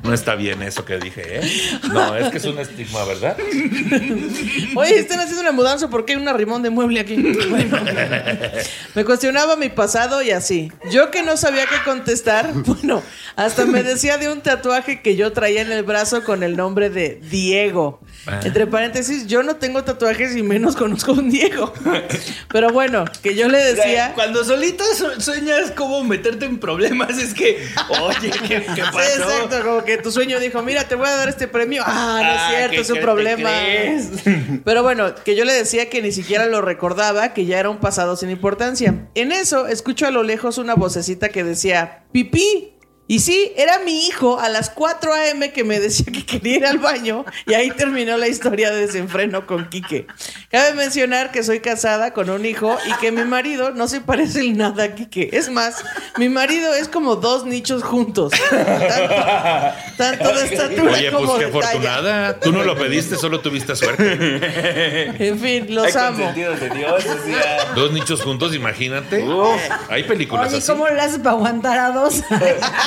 Speaker 2: No está bien eso que dije, ¿eh? No, es que es un estigma, ¿verdad?
Speaker 5: Oye, están haciendo una mudanza porque hay un arrimón de mueble aquí. Bueno. me cuestionaba mi pasado y así. Yo que no sabía qué contestar, bueno, hasta me decía de un tatuaje que yo traía en el brazo con el nombre de Diego. Entre paréntesis, yo no tengo tatuajes y menos conozco a un Diego. Pero bueno, que yo le decía.
Speaker 3: Cuando solito su- sueñas cómo meterte en problemas, es que, oye, ¿qué, qué
Speaker 5: Sí,
Speaker 3: pasó?
Speaker 5: "Ah, exacto, como que tu sueño dijo, mira, te voy a dar este premio. Ah, no
Speaker 3: Ah,
Speaker 5: es cierto,
Speaker 3: ¿qué
Speaker 5: es un
Speaker 3: cre- te
Speaker 5: problema.
Speaker 3: crees?
Speaker 5: Pero bueno, que yo le decía que ni siquiera lo recordaba, que ya era un pasado sin importancia. En eso, escucho a lo lejos una vocecita que decía, pipí. Y sí, era mi hijo a las 4 a.m. que me decía que quería ir al baño y ahí terminó la historia de desenfreno con Quique. Cabe mencionar que soy casada con un hijo y que mi marido no se parece en nada a Quique. Es más, mi marido es como dos nichos juntos. Tanto, tanto de estatura
Speaker 2: Oye, pues
Speaker 5: como
Speaker 2: qué
Speaker 5: de talla.
Speaker 2: afortunada. Tú no lo pediste, solo tuviste suerte.
Speaker 5: En fin,
Speaker 3: Hay
Speaker 5: los amo.
Speaker 3: consentidos de Dios, o sea.
Speaker 2: Dos nichos juntos, imagínate. Hay películas
Speaker 4: Oye,
Speaker 2: así.
Speaker 4: ¿cómo le haces para aguantar a dos?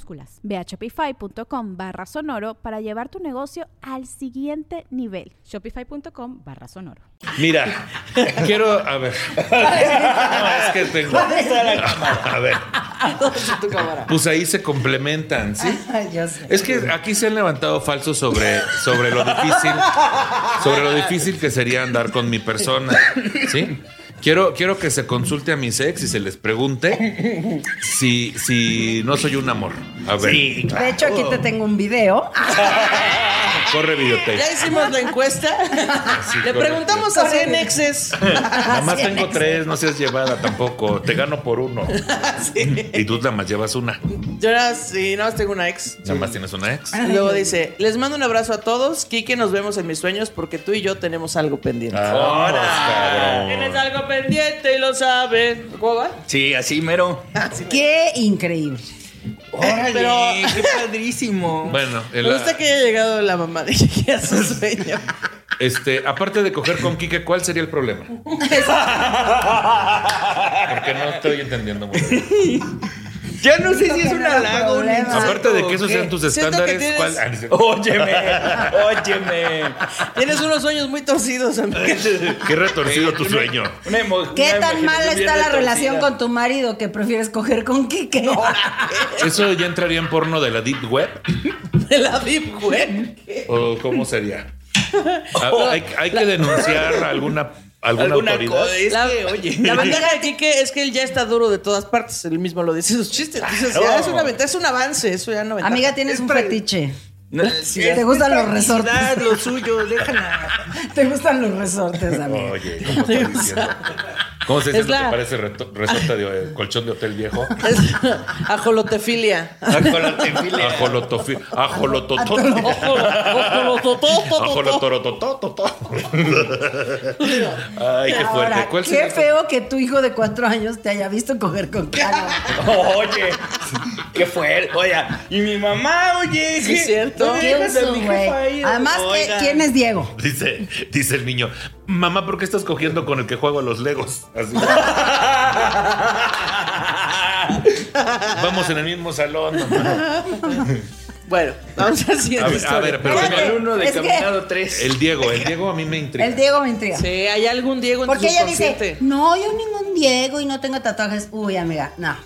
Speaker 6: minúsculas.
Speaker 7: Ve a shopify.com barra sonoro para llevar tu negocio al siguiente nivel.
Speaker 6: Shopify.com barra sonoro.
Speaker 2: Mira, quiero. A ver. No, es que tengo. A ver.
Speaker 4: tu cámara?
Speaker 2: Pues ahí se complementan, ¿sí?
Speaker 4: Yo sé.
Speaker 2: Es que aquí se han levantado falsos sobre, sobre lo difícil, sobre lo difícil que sería andar con mi persona, ¿sí? Quiero, quiero que se consulte a mis ex y se les pregunte si, si no soy un amor. A ver,
Speaker 3: Sí, claro. Ah,
Speaker 4: De hecho, aquí te tengo un video.
Speaker 2: corre videotape.
Speaker 5: Ya hicimos la encuesta.
Speaker 2: Sí,
Speaker 5: Le
Speaker 2: correcto.
Speaker 5: preguntamos a 100 exes.
Speaker 2: Nada más tengo tres, no seas llevada tampoco. Te gano por uno. Y tú nada más llevas una.
Speaker 5: Yo era, sí, nada más tengo una ex.
Speaker 2: Nada más tienes una ex.
Speaker 5: Y luego dice, les mando un abrazo a todos. Kike, nos vemos en mis sueños porque tú y yo tenemos algo pendiente.
Speaker 2: Ah. Ahora,
Speaker 5: Tienes algo pendiente y lo sabes. ¿Cómo va?
Speaker 3: Sí, así mero.
Speaker 4: Qué increíble.
Speaker 3: Órale,
Speaker 5: Pero-
Speaker 3: qué padrísimo.
Speaker 2: Bueno, el-
Speaker 5: Me gusta que haya llegado la mamá de Kike a su sueño.
Speaker 2: este, aparte de coger con Quique, ¿cuál sería el problema?
Speaker 3: Ah,
Speaker 2: Porque no estoy entendiendo muy bien.
Speaker 3: Ya no sé si es un halago. un
Speaker 4: Problema.
Speaker 3: insulto
Speaker 2: Aparte de
Speaker 3: o
Speaker 2: que esos
Speaker 3: qué.
Speaker 2: sean tus
Speaker 5: Siento que
Speaker 2: estándares,
Speaker 5: tienes- Oh.
Speaker 2: ¿cuál? Ah, dice,
Speaker 3: Óyeme, óyeme.
Speaker 5: Tienes unos sueños muy torcidos, amiga.
Speaker 2: Qué retorcido tu sueño.
Speaker 3: Una emo-
Speaker 4: ¿Qué
Speaker 3: una
Speaker 4: tan
Speaker 3: imaginación
Speaker 4: mala
Speaker 3: bien
Speaker 4: está la
Speaker 3: retorcida.
Speaker 4: relación con tu marido que prefieres coger con Kike?
Speaker 2: ¿Eso ya entraría en porno de la Deep Web?
Speaker 5: De la Deep Web.
Speaker 2: ¿O cómo sería? Ah, Hay, hay que denunciar a alguna, alguna,
Speaker 3: alguna
Speaker 2: autoridad.
Speaker 3: cosa? Es
Speaker 5: La-
Speaker 3: que, oye.
Speaker 5: La ventaja de Kike es que él ya está duro de todas partes. Él mismo lo dice en sus chistes. Dices, ya es una ventaja, es un avance. Eso ya no ventaja.
Speaker 4: Amiga, tienes
Speaker 3: Es
Speaker 4: un
Speaker 3: pre-
Speaker 4: fetiche.
Speaker 3: No, sí,
Speaker 4: ¿Te
Speaker 3: es
Speaker 4: gustan los
Speaker 3: tranquilidad,
Speaker 4: resortes?
Speaker 3: Lo suyo, déjala.
Speaker 4: Te gustan los resortes, amiga.
Speaker 2: Oye, ¿cómo estás diciendo? ¿Cómo se dice
Speaker 5: Es
Speaker 2: lo
Speaker 5: la-
Speaker 2: que parece reto- resorte de eh, colchón de hotel viejo?
Speaker 5: Es ajolotefilia.
Speaker 3: Ajolotefilia.
Speaker 2: Ajolotofi... Ajolototó. Ajolotorototototó. Ay, qué fuerte.
Speaker 4: Ahora,
Speaker 2: ¿Cuál
Speaker 4: qué
Speaker 2: sería tu-
Speaker 4: feo que tu hijo de cuatro años te haya visto coger con Caro.
Speaker 3: Oye, qué fuerte. Oye, y mi mamá, oye,
Speaker 5: Sí,
Speaker 3: que-
Speaker 5: es cierto.
Speaker 3: no
Speaker 4: ¿Qué
Speaker 3: dejas a
Speaker 4: oso,
Speaker 3: mi
Speaker 4: güey?
Speaker 3: jefa ahí.
Speaker 4: Además, ¿qué-
Speaker 3: Oigan.
Speaker 4: ¿quién es Diego?
Speaker 2: Dice, dice el niño, mamá, ¿por qué estás cogiendo con el que juego a los Legos? Así. Vamos en el mismo salón. mamá.
Speaker 5: Bueno, vamos a
Speaker 2: A
Speaker 5: siguiente
Speaker 2: ver, a
Speaker 5: historia.
Speaker 2: ver, pero
Speaker 3: Oigan,
Speaker 4: Espérate.
Speaker 3: el uno de
Speaker 4: Es que-
Speaker 3: caminado tres.
Speaker 2: el Diego, el Diego a mí me intriga.
Speaker 4: El Diego me intriga.
Speaker 5: Sí, hay algún Diego en
Speaker 4: Porque
Speaker 5: tu
Speaker 4: ella dice,
Speaker 5: subconsciente.
Speaker 4: no, yo ningún Diego y no tengo tatuajes. Uy, amiga, no.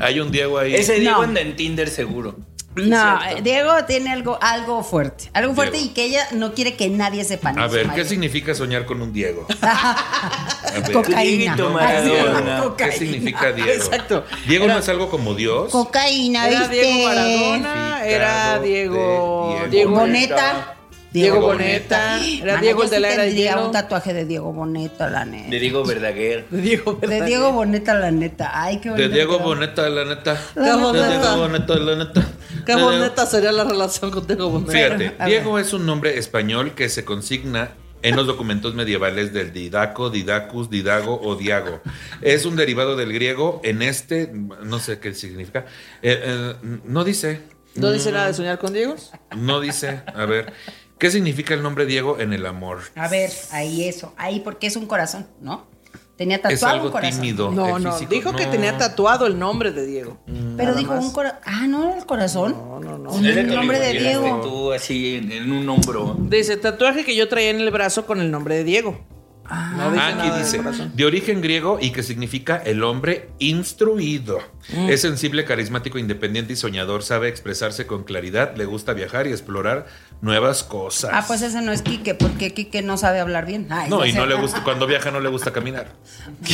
Speaker 2: Hay un Diego ahí.
Speaker 3: Ese Diego
Speaker 4: No.
Speaker 3: anda en Tinder seguro.
Speaker 4: No,
Speaker 3: cierto.
Speaker 4: Diego tiene algo, algo fuerte. Algo fuerte
Speaker 2: Diego.
Speaker 4: y que ella no quiere que nadie sepa. ni
Speaker 2: A
Speaker 4: su
Speaker 2: ver, ¿qué
Speaker 4: marido.
Speaker 2: significa soñar con un Diego? A ver,
Speaker 4: Cocaína.
Speaker 3: Dieguito
Speaker 4: Así se llama,
Speaker 3: Maradona.
Speaker 2: ¿Qué
Speaker 4: cocaína.
Speaker 2: significa Diego?
Speaker 5: Exacto.
Speaker 2: Diego no es algo como Dios.
Speaker 4: Cocaína,
Speaker 5: Era
Speaker 4: ¿viste?
Speaker 5: Diego Maradona, era
Speaker 2: Significado
Speaker 5: Diego...
Speaker 2: de Diego.
Speaker 5: Diego
Speaker 4: Boneta.
Speaker 5: Diego Boneta. Era
Speaker 4: Mana,
Speaker 5: Diego
Speaker 4: yo
Speaker 5: el de
Speaker 4: sí
Speaker 5: la era de
Speaker 4: tendría
Speaker 5: hielo.
Speaker 4: un tatuaje de Diego Boneta, la neta.
Speaker 3: Le digo Verdaguer.
Speaker 5: De Diego,
Speaker 4: De Diego Boneta, la neta. Ay, qué bonito.
Speaker 2: De Diego
Speaker 4: quedó.
Speaker 2: Boneta, la neta.
Speaker 4: La
Speaker 2: De
Speaker 5: neta.
Speaker 2: Diego Boneta, la neta.
Speaker 5: Qué
Speaker 2: De Diego-
Speaker 5: bonita sería la relación con Diego Boneta.
Speaker 2: Fíjate,
Speaker 4: a ver.
Speaker 2: Diego es un nombre español que se consigna en los documentos medievales del Didaco, Didacus, Didago o Diago. Es un derivado del griego. En este, no sé qué significa. Eh, eh, no dice.
Speaker 5: ¿No dice nada de soñar con Diego?
Speaker 2: No dice. A ver, ¿qué significa el nombre Diego en el amor?
Speaker 4: A ver, ahí eso. Ahí porque es un corazón, ¿no? Tenía tatuado
Speaker 2: Es algo
Speaker 4: un corazón.
Speaker 2: tímido.
Speaker 5: No,
Speaker 2: el
Speaker 5: no.
Speaker 2: físico,
Speaker 5: Dijo que
Speaker 2: no. Mm.
Speaker 5: tenía tatuado el nombre de Diego.
Speaker 4: Pero
Speaker 5: Nada
Speaker 4: dijo
Speaker 5: más.
Speaker 4: un corazón. Ah, no era el corazón. No, no, no.
Speaker 3: Es que
Speaker 4: El nombre
Speaker 3: me
Speaker 4: de
Speaker 3: imaginaste
Speaker 4: Diego.
Speaker 3: Tú así en, en un hombro.
Speaker 5: Dice, tatuaje que yo traía en el brazo con el nombre de Diego. No dice
Speaker 2: Ah,
Speaker 5: nada
Speaker 2: aquí
Speaker 5: del
Speaker 2: dice,
Speaker 5: corazón.
Speaker 2: de origen griego y que significa el hombre instruido.
Speaker 5: Mm.
Speaker 2: Es sensible, carismático, independiente y soñador. Sabe expresarse con claridad, le gusta viajar y explorar nuevas cosas.
Speaker 4: Ah, pues ese no es Quique, porque Quique no sabe hablar bien. Ay,
Speaker 2: No,
Speaker 4: ya
Speaker 2: y
Speaker 4: sé.
Speaker 2: no le gusta, cuando viaja no le gusta caminar.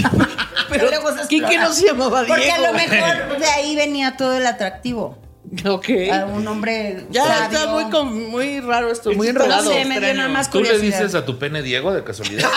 Speaker 4: Ah, Pero le gusta
Speaker 5: Quique no
Speaker 4: explorar.
Speaker 5: se llamaba Diego.
Speaker 4: Porque a lo
Speaker 5: güey.
Speaker 4: mejor de ahí venía todo el atractivo.
Speaker 5: Ok.
Speaker 4: A un hombre.
Speaker 5: Ya
Speaker 4: sabio.
Speaker 5: está muy, con- muy raro esto, muy
Speaker 4: No
Speaker 5: enredado.
Speaker 4: sé, me dio nada más
Speaker 2: ¿Tú le
Speaker 4: curiosidad.
Speaker 2: dices a tu pene Diego de casualidad?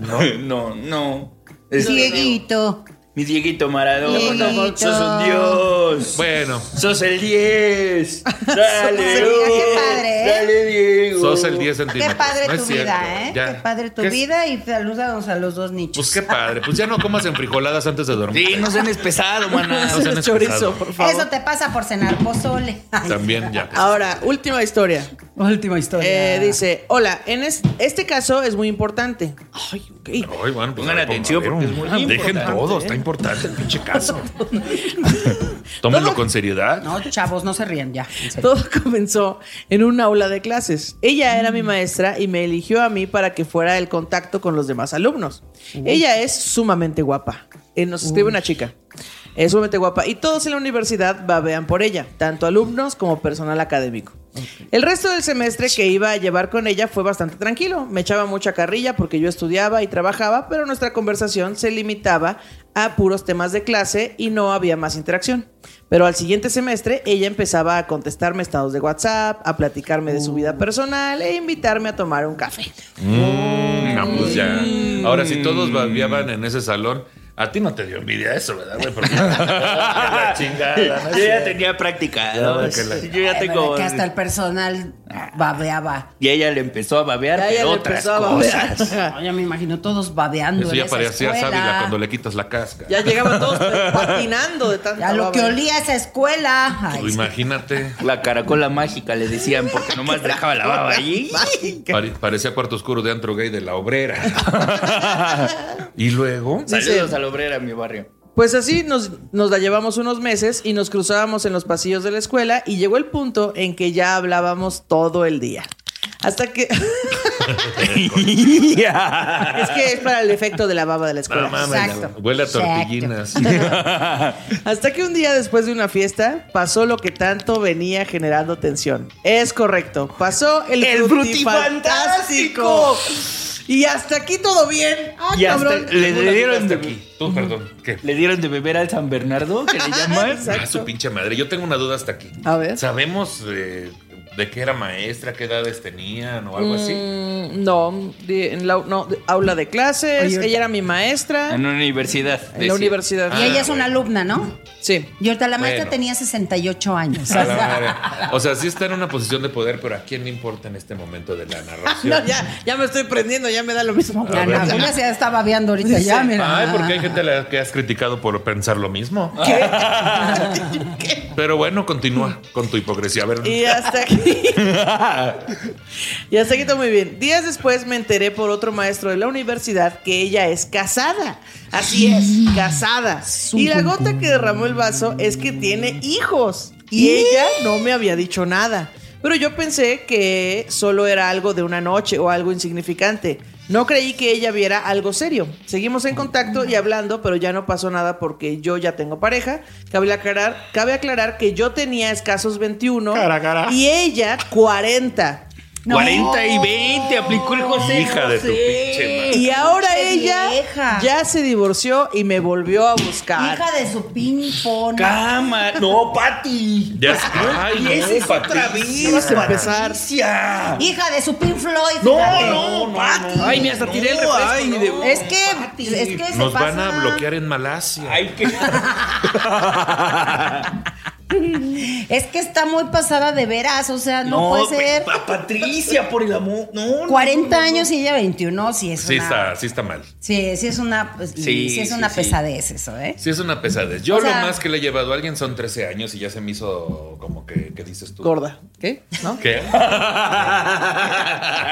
Speaker 3: No, no, no. Es
Speaker 4: Dieguito.
Speaker 3: Mi Dieguito Maradona.
Speaker 4: Dieguito.
Speaker 3: Sos un dios.
Speaker 2: bueno,
Speaker 3: Sos el 10. Dale,
Speaker 4: Sos el diez, qué
Speaker 3: Diego.
Speaker 4: padre, ¿eh?
Speaker 3: Dale, Diego.
Speaker 2: sos el 10
Speaker 4: Qué
Speaker 2: centímetros.
Speaker 4: padre
Speaker 2: pues, No es
Speaker 4: tu
Speaker 2: cierto,
Speaker 4: vida, ¿eh?
Speaker 2: ya.
Speaker 4: Qué padre tu
Speaker 2: ¿Qué es-
Speaker 4: vida y saludos a los dos nichos.
Speaker 2: Pues qué padre. Pues ya no comas en frijoladas antes de dormir. Ah,
Speaker 3: Sí, no sean espesado, maná.
Speaker 2: No sean
Speaker 5: chorizo,
Speaker 2: excusados.
Speaker 5: por favor.
Speaker 4: Eso te pasa por cenar pozole. Ay.
Speaker 2: También ya.
Speaker 5: Ahora, última historia.
Speaker 4: Última historia.
Speaker 5: Eh, dice, hola, en es- este caso es muy importante. Ay, ok.
Speaker 2: Ay, bueno, pues
Speaker 3: Pongan
Speaker 2: a ver,
Speaker 3: atención
Speaker 2: pongan-
Speaker 3: porque es muy
Speaker 2: Ah, Dejen
Speaker 3: importante,
Speaker 2: todo,
Speaker 3: ¿eh?
Speaker 2: está importante el pinche caso. Tómenlo con seriedad.
Speaker 4: No, chavos, no se ríen ya. en serio.
Speaker 5: Todo comenzó en un aula de clases. Ella
Speaker 4: Mm.
Speaker 5: era mi maestra y me eligió a mí para que fuera el contacto con los demás alumnos. Ella es sumamente guapa. Eh, nos escribe una chica. Es sumamente guapa. Y todos en la universidad babean por ella, tanto alumnos como personal académico. El resto del semestre que iba a llevar con ella fue bastante tranquilo. Me echaba mucha carrilla porque yo estudiaba y trabajaba, pero nuestra conversación se limitaba a puros temas de clase y no había más interacción. Pero al siguiente semestre ella empezaba a contestarme estados de WhatsApp, a platicarme de su
Speaker 4: Uh.
Speaker 5: vida personal e invitarme a tomar un café.
Speaker 2: Mm, no, pues ya.
Speaker 3: Mm.
Speaker 2: Ahora, si todos babiaban en ese salón, a ti no te dio envidia eso, ¿verdad, güey? Porque la chingada. ¿no?
Speaker 3: Yo ya tenía práctica. ¿no?
Speaker 2: Ya, que la-
Speaker 3: Yo ya
Speaker 4: Ay,
Speaker 3: tengo.
Speaker 4: ¿verdad Que hasta el personal babeaba.
Speaker 3: Y ella le empezó a babear,
Speaker 5: Ya ella
Speaker 3: pero
Speaker 5: le
Speaker 3: otras
Speaker 5: empezó a babear.
Speaker 3: cosas.
Speaker 4: No, ya me imagino todos babeando.
Speaker 2: Eso
Speaker 4: en
Speaker 2: ya
Speaker 4: esa
Speaker 2: parecía
Speaker 4: escuela.
Speaker 2: sábila cuando le quitas la casca.
Speaker 5: Ya llegaban todos patinando de tanta
Speaker 4: Ya lo que
Speaker 5: baba.
Speaker 4: olía esa escuela. Ay,
Speaker 2: Pues imagínate.
Speaker 3: La caracola mágica le decían, porque nomás dejaba la baba allí.
Speaker 2: Pare- parecía cuarto oscuro de antro gay de la obrera. y luego.
Speaker 3: Saludos a la obrera, mi barrio.
Speaker 5: Pues así nos, nos la llevamos unos meses y nos cruzábamos en los pasillos de la escuela y llegó el punto en que ya hablábamos todo el día. Hasta que... es que es para el efecto de la baba de la escuela.
Speaker 2: No mames,
Speaker 4: Exacto.
Speaker 2: Huele a
Speaker 4: Exacto.
Speaker 2: tortillinas.
Speaker 5: Hasta que un día después de una fiesta pasó lo que tanto venía generando tensión. Es correcto, pasó el,
Speaker 3: ¡El
Speaker 5: frutifantástico. Y hasta aquí todo bien. Ah,
Speaker 3: Y hasta
Speaker 5: cabrón.
Speaker 3: le,
Speaker 2: Tú la
Speaker 3: dieron
Speaker 2: llegaste
Speaker 3: de,
Speaker 2: aquí. Tú, perdón. ¿Qué?
Speaker 3: le dieron de beber al San Bernardo, que le llaman.
Speaker 2: A Ah, su pinche madre. Yo tengo una duda hasta aquí.
Speaker 5: A ver.
Speaker 2: ¿Sabemos eh, de qué era maestra, qué edades tenían o algo así?
Speaker 5: Mm, No, de- en la- no, de- aula de clases.
Speaker 4: Oye,
Speaker 5: ella era mi maestra
Speaker 3: En
Speaker 5: en,
Speaker 3: una universidad.
Speaker 5: la
Speaker 3: decía.
Speaker 5: universidad.
Speaker 4: Y ella es
Speaker 2: Ah,
Speaker 4: una
Speaker 2: bueno.
Speaker 4: alumna, ¿no?
Speaker 5: Sí.
Speaker 4: Y ahorita la maestra
Speaker 2: Bueno.
Speaker 4: tenía 68 años.
Speaker 2: A la madre. O sea, sí está en una posición de poder, pero ¿a quién le importa en este momento de la narración?
Speaker 5: No, ya, ya me estoy prendiendo, ya me da lo mismo.
Speaker 4: Ya, no, Julia se está babeando ahorita. Ya, mira.
Speaker 2: Ay, porque hay gente a la que has criticado por pensar lo mismo. Pero bueno, continúa con tu hipocresía. A ver,
Speaker 5: Y hasta aquí. y hasta aquí todo muy bien. Días después me enteré por otro maestro de la universidad que ella es casada. Así es, casada. Y la gota que derramó el vaso es que tiene hijos. Y ella no me había dicho nada. Pero yo pensé que solo era algo de una noche o algo insignificante. No creí que ella viera algo serio. Seguimos en contacto y hablando, pero ya no pasó nada porque yo ya tengo pareja. Cabe aclarar, cabe aclarar que yo tenía escasos 21 y ella 40.
Speaker 3: 40 y 20, aplicó el José.
Speaker 2: hija de tu pinche madre.
Speaker 5: Y ahora
Speaker 4: pinche
Speaker 5: ella
Speaker 4: vieja.
Speaker 5: ya se divorció y me volvió a buscar.
Speaker 4: Hija de su ping-pong.
Speaker 3: Cama. No, Pati.
Speaker 2: Ya sé. Ay, no,
Speaker 3: Esa es
Speaker 2: Patricia.
Speaker 3: otra vez.
Speaker 5: a empezar.
Speaker 3: Patricia.
Speaker 4: Hija de su Pink Floyd.
Speaker 3: No,
Speaker 4: fíjate.
Speaker 3: no, Pati.
Speaker 5: Ay, me hasta tiré el
Speaker 3: No,
Speaker 5: refresco,
Speaker 3: ay,
Speaker 5: ¿no?
Speaker 3: de-
Speaker 4: Es que, es que se
Speaker 2: Nos
Speaker 4: pasa.
Speaker 2: van a bloquear en Malasia.
Speaker 3: Ay, qué.
Speaker 4: Es que está muy pasada de veras. O sea, no, puede
Speaker 2: pues,
Speaker 3: pe-
Speaker 4: ser.
Speaker 3: pa- Patricia, por el amor. No, no.
Speaker 4: 40 años y ella 21. Sí, es
Speaker 2: sí
Speaker 4: una.
Speaker 2: está, sí está mal.
Speaker 4: Sí, sí es una, pues, y
Speaker 3: Sí,
Speaker 4: sí es
Speaker 3: sí,
Speaker 4: una
Speaker 3: sí.
Speaker 4: pesadez eso, ¿eh?
Speaker 2: Sí es una pesadez. Yo
Speaker 4: O
Speaker 2: lo
Speaker 4: sea-
Speaker 2: más que le he llevado a alguien son 13 años y ya se me hizo como que, ¿qué dices tú?
Speaker 5: Gorda. ¿Qué? ¿No?
Speaker 2: ¿Qué?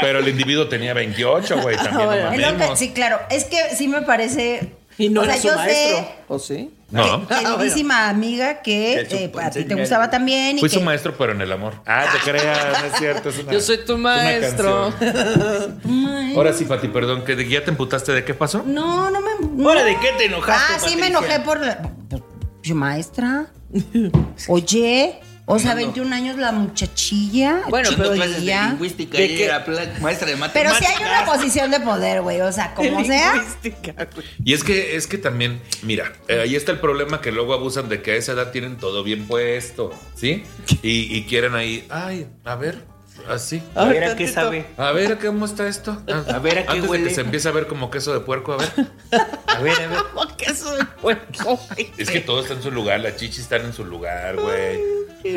Speaker 2: Pero el individuo tenía 28, güey, también no
Speaker 4: Es lo que-
Speaker 2: mamemos.
Speaker 4: sí, claro. Es que sí me parece.
Speaker 5: Y no
Speaker 4: o sea,
Speaker 5: era su
Speaker 4: yo
Speaker 5: maestro.
Speaker 4: sé,
Speaker 5: ¿O sí?
Speaker 2: No.
Speaker 4: queridísima amiga, que
Speaker 3: Ah, Que su
Speaker 4: eh, a ti te
Speaker 3: panseñal.
Speaker 4: gustaba también. Y
Speaker 2: Fui su
Speaker 4: que-
Speaker 2: maestro, pero en el amor. Ah, te creas, no es cierto. es una-
Speaker 5: Yo soy tu
Speaker 2: es una
Speaker 5: maestro.
Speaker 2: canción. Ahora sí, Pati, perdón, que de- ya te emputaste de qué pasó.
Speaker 4: No, no me.
Speaker 3: ¿Ahora
Speaker 4: no.
Speaker 3: de qué te enojaste,
Speaker 4: Ah, sí me
Speaker 3: Patricia?
Speaker 4: enojé por la. por- por- maestra. Oye. O sea, 21 años la muchachilla.
Speaker 5: Bueno, pero
Speaker 3: clases de
Speaker 4: ya.
Speaker 3: lingüística
Speaker 5: ¿De
Speaker 3: y
Speaker 5: qué?
Speaker 3: era pla- maestra de
Speaker 4: Pero
Speaker 3: matemáticas.
Speaker 4: sí hay una posición de poder, güey. O sea, como sea.
Speaker 2: Y es que, es que también, mira, eh, ahí está el problema que luego abusan de que a esa edad tienen todo bien puesto, ¿sí? Y, y quieren ahí, ay, a ver, así.
Speaker 3: A ver, ¿a
Speaker 5: Ay,
Speaker 3: qué
Speaker 5: tantito.
Speaker 3: sabe?
Speaker 2: A ver, ¿cómo está esto?
Speaker 3: A ver, ¿a qué
Speaker 2: Antes de
Speaker 3: huele?
Speaker 2: que se empiece a ver como queso de puerco, a ver.
Speaker 3: A ver, a ver.
Speaker 2: Es que todo está en su lugar, las chichis están en su lugar, güey.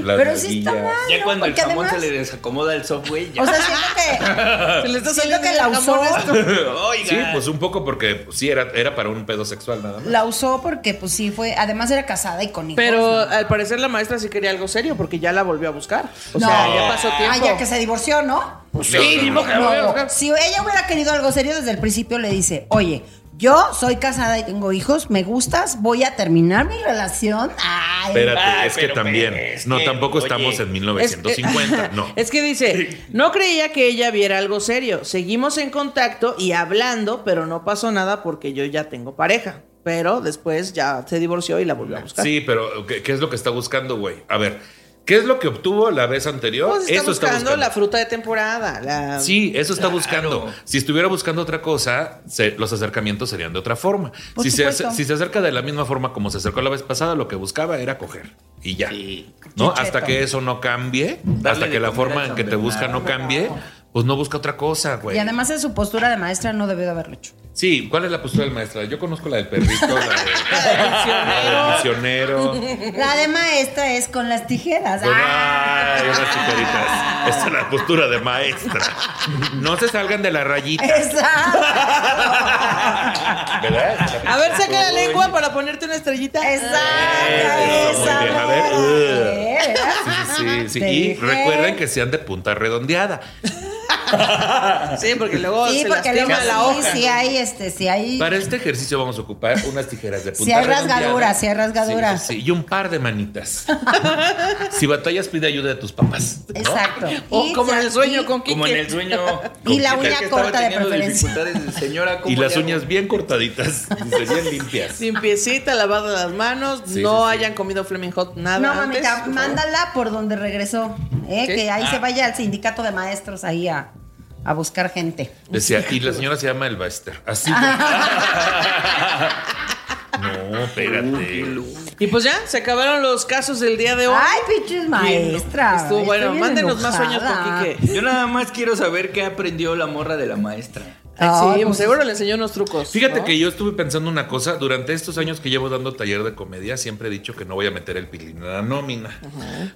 Speaker 2: Las
Speaker 4: Pero sí está
Speaker 2: nalguillas.
Speaker 4: mal.
Speaker 3: Ya
Speaker 4: no,
Speaker 3: cuando el
Speaker 4: porque
Speaker 3: jamón
Speaker 4: además-
Speaker 3: se le desacomoda el software, ya.
Speaker 4: O sea, siento que.
Speaker 2: ah,
Speaker 5: Se le
Speaker 4: siento
Speaker 5: está saliendo
Speaker 4: que la
Speaker 5: el jamón
Speaker 4: usó.
Speaker 5: esto.
Speaker 3: Oiga.
Speaker 2: Sí, pues un poco porque pues, sí era, era para un pedo sexual nada más.
Speaker 4: La usó porque, pues sí, fue. Además era casada y con hijos.
Speaker 5: Pero
Speaker 4: ¿no?
Speaker 5: al parecer la maestra sí quería algo serio porque ya la volvió a buscar. O
Speaker 4: No.
Speaker 5: sea, ya pasó tiempo.
Speaker 4: Ah, ya que se divorció, ¿no?
Speaker 2: sí,
Speaker 3: Ah,
Speaker 5: ni modo que la
Speaker 4: No,
Speaker 5: voy a buscar.
Speaker 4: si ella hubiera querido algo serio desde el principio, le dice, oye, Yo soy casada y tengo hijos, me gustas, voy a terminar mi relación. Ay,
Speaker 2: Espérate,
Speaker 3: Ah,
Speaker 2: es que
Speaker 3: pero,
Speaker 2: también.
Speaker 3: pero, es
Speaker 2: no,
Speaker 3: que,
Speaker 2: tampoco
Speaker 3: oye.
Speaker 2: estamos en
Speaker 5: Es-
Speaker 2: 1950.
Speaker 5: eh,
Speaker 2: no.
Speaker 5: Es que dice, no creía que ella viera algo serio. Seguimos en contacto y hablando, pero no pasó nada porque yo ya tengo pareja. Pero después ya se divorció y la volvió a buscar.
Speaker 2: Sí, pero ¿qué, qué es lo que está buscando, güey? A ver, ¿qué es lo que obtuvo la vez anterior?
Speaker 5: Pues está,
Speaker 2: eso
Speaker 5: buscando la fruta de temporada. la-
Speaker 2: Sí, eso está buscando. Si estuviera buscando otra cosa, se- los acercamientos serían de otra forma.
Speaker 4: Por
Speaker 2: Si se,
Speaker 4: supuesto.
Speaker 2: ace- si se acerca de la misma forma como se acercó la vez pasada, lo que buscaba era coger. Y ya.
Speaker 3: Sí.
Speaker 2: ¿No?
Speaker 4: Chicheto.
Speaker 2: Hasta que eso no cambie,
Speaker 3: Darle
Speaker 2: hasta
Speaker 3: de
Speaker 2: que la
Speaker 3: comer
Speaker 2: forma
Speaker 3: al
Speaker 2: en que te
Speaker 3: chamberlain.
Speaker 2: busca no cambie, pues no busca otra cosa, güey.
Speaker 4: Y además en su postura de maestra no debió de haberlo hecho.
Speaker 2: Sí, ¿cuál es la postura del maestra? Yo conozco la del perrito, la, de- la del misionero. Pues,
Speaker 4: La de maestra es con las tijeras. ¡Ah!
Speaker 2: Ay, unas tijeritas. Esa es la postura de maestra. No se salgan de la rayita,
Speaker 4: Exacto.
Speaker 2: ¿verdad?
Speaker 5: A ver, saca la lengua para ponerte una estrellita.
Speaker 2: Eh,
Speaker 4: Exacto.
Speaker 2: eso,
Speaker 4: Esa.
Speaker 2: muy bien. A ver, eh.
Speaker 4: Eh, ¿verdad?
Speaker 2: Sí, sí, sí.
Speaker 4: Te
Speaker 2: Y
Speaker 4: dije.
Speaker 2: recuerden que sean de punta redondeada.
Speaker 5: Sí, porque luego
Speaker 4: Sí,
Speaker 5: Oh, se
Speaker 4: porque
Speaker 5: lastima
Speaker 4: luego
Speaker 5: la
Speaker 4: sí,
Speaker 5: hoja.
Speaker 4: sí hay este, sí hay.
Speaker 2: Para este ejercicio vamos a ocupar unas tijeras de punta
Speaker 4: Si hay
Speaker 2: redondeada.
Speaker 4: rasgaduras, si hay rasgaduras.
Speaker 2: Sí, sí, sí. Y un par de manitas. Si batallas, pide ayuda de tus papás. ¿no?
Speaker 4: Exacto.
Speaker 5: O
Speaker 4: Y
Speaker 5: Oh, como en
Speaker 4: ya-
Speaker 5: el sueño
Speaker 4: y-
Speaker 5: con Kike.
Speaker 3: Como en el sueño.
Speaker 4: Y la
Speaker 3: Como
Speaker 4: uña
Speaker 3: que estaba
Speaker 4: corta de
Speaker 3: teniendo
Speaker 4: preferencia.
Speaker 3: dificultades, dice, señora, ¿cómo
Speaker 2: Y las
Speaker 3: le hago?
Speaker 2: uñas bien cortaditas, bien limpias.
Speaker 5: Limpiecita, lavada las manos,
Speaker 2: Sí,
Speaker 5: no
Speaker 2: sí, sí.
Speaker 5: hayan comido Fleming Hot nada
Speaker 4: No,
Speaker 5: antes. Ah.
Speaker 4: mamita, mándala por donde regresó. ¿eh?
Speaker 5: ¿Qué?
Speaker 4: Que ahí se vaya al sindicato de maestros ahí a, a buscar gente.
Speaker 2: Decía, y la señora se llama El Baester. Así. no, espérate.
Speaker 5: Y pues ya, se acabaron los casos del día de hoy.
Speaker 4: Ay, pinches maestras.
Speaker 5: Estuvo bueno,
Speaker 4: Estoy bien
Speaker 5: mándenos más sueños
Speaker 4: enojada.
Speaker 5: con Quique.
Speaker 3: Yo nada más quiero saber qué aprendió la morra de la maestra.
Speaker 5: Ay,
Speaker 4: Ay,
Speaker 5: sí,
Speaker 4: pues-
Speaker 5: pues seguro le enseñó unos trucos.
Speaker 2: Fíjate
Speaker 5: ¿no?
Speaker 2: que yo estuve pensando una cosa. Durante estos años que llevo dando taller de comedia, siempre he dicho que no voy a meter el pilín en la nómina.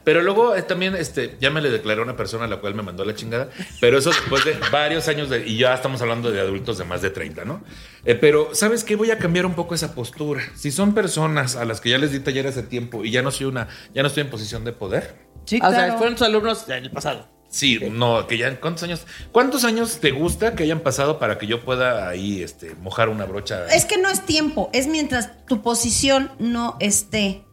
Speaker 2: Pero luego eh, también este, ya me le declaré a una persona a la cual me mandó la chingada. Pero eso después de varios años de, y ya estamos hablando de adultos de más de 30, ¿no? Eh, pero, ¿sabes qué? Voy a cambiar un poco esa postura. Si son personas a las que ya les di taller hace tiempo y ya no soy una, ya no estoy en posición de poder.
Speaker 4: Sí,
Speaker 5: O
Speaker 4: claro.
Speaker 5: sea, fueron tus alumnos del pasado.
Speaker 2: Sí, no, que ya cuántos años, cuántos años te gusta que hayan pasado para que yo pueda ahí este mojar una brocha.
Speaker 4: Es que no es tiempo, es mientras tu posición no esté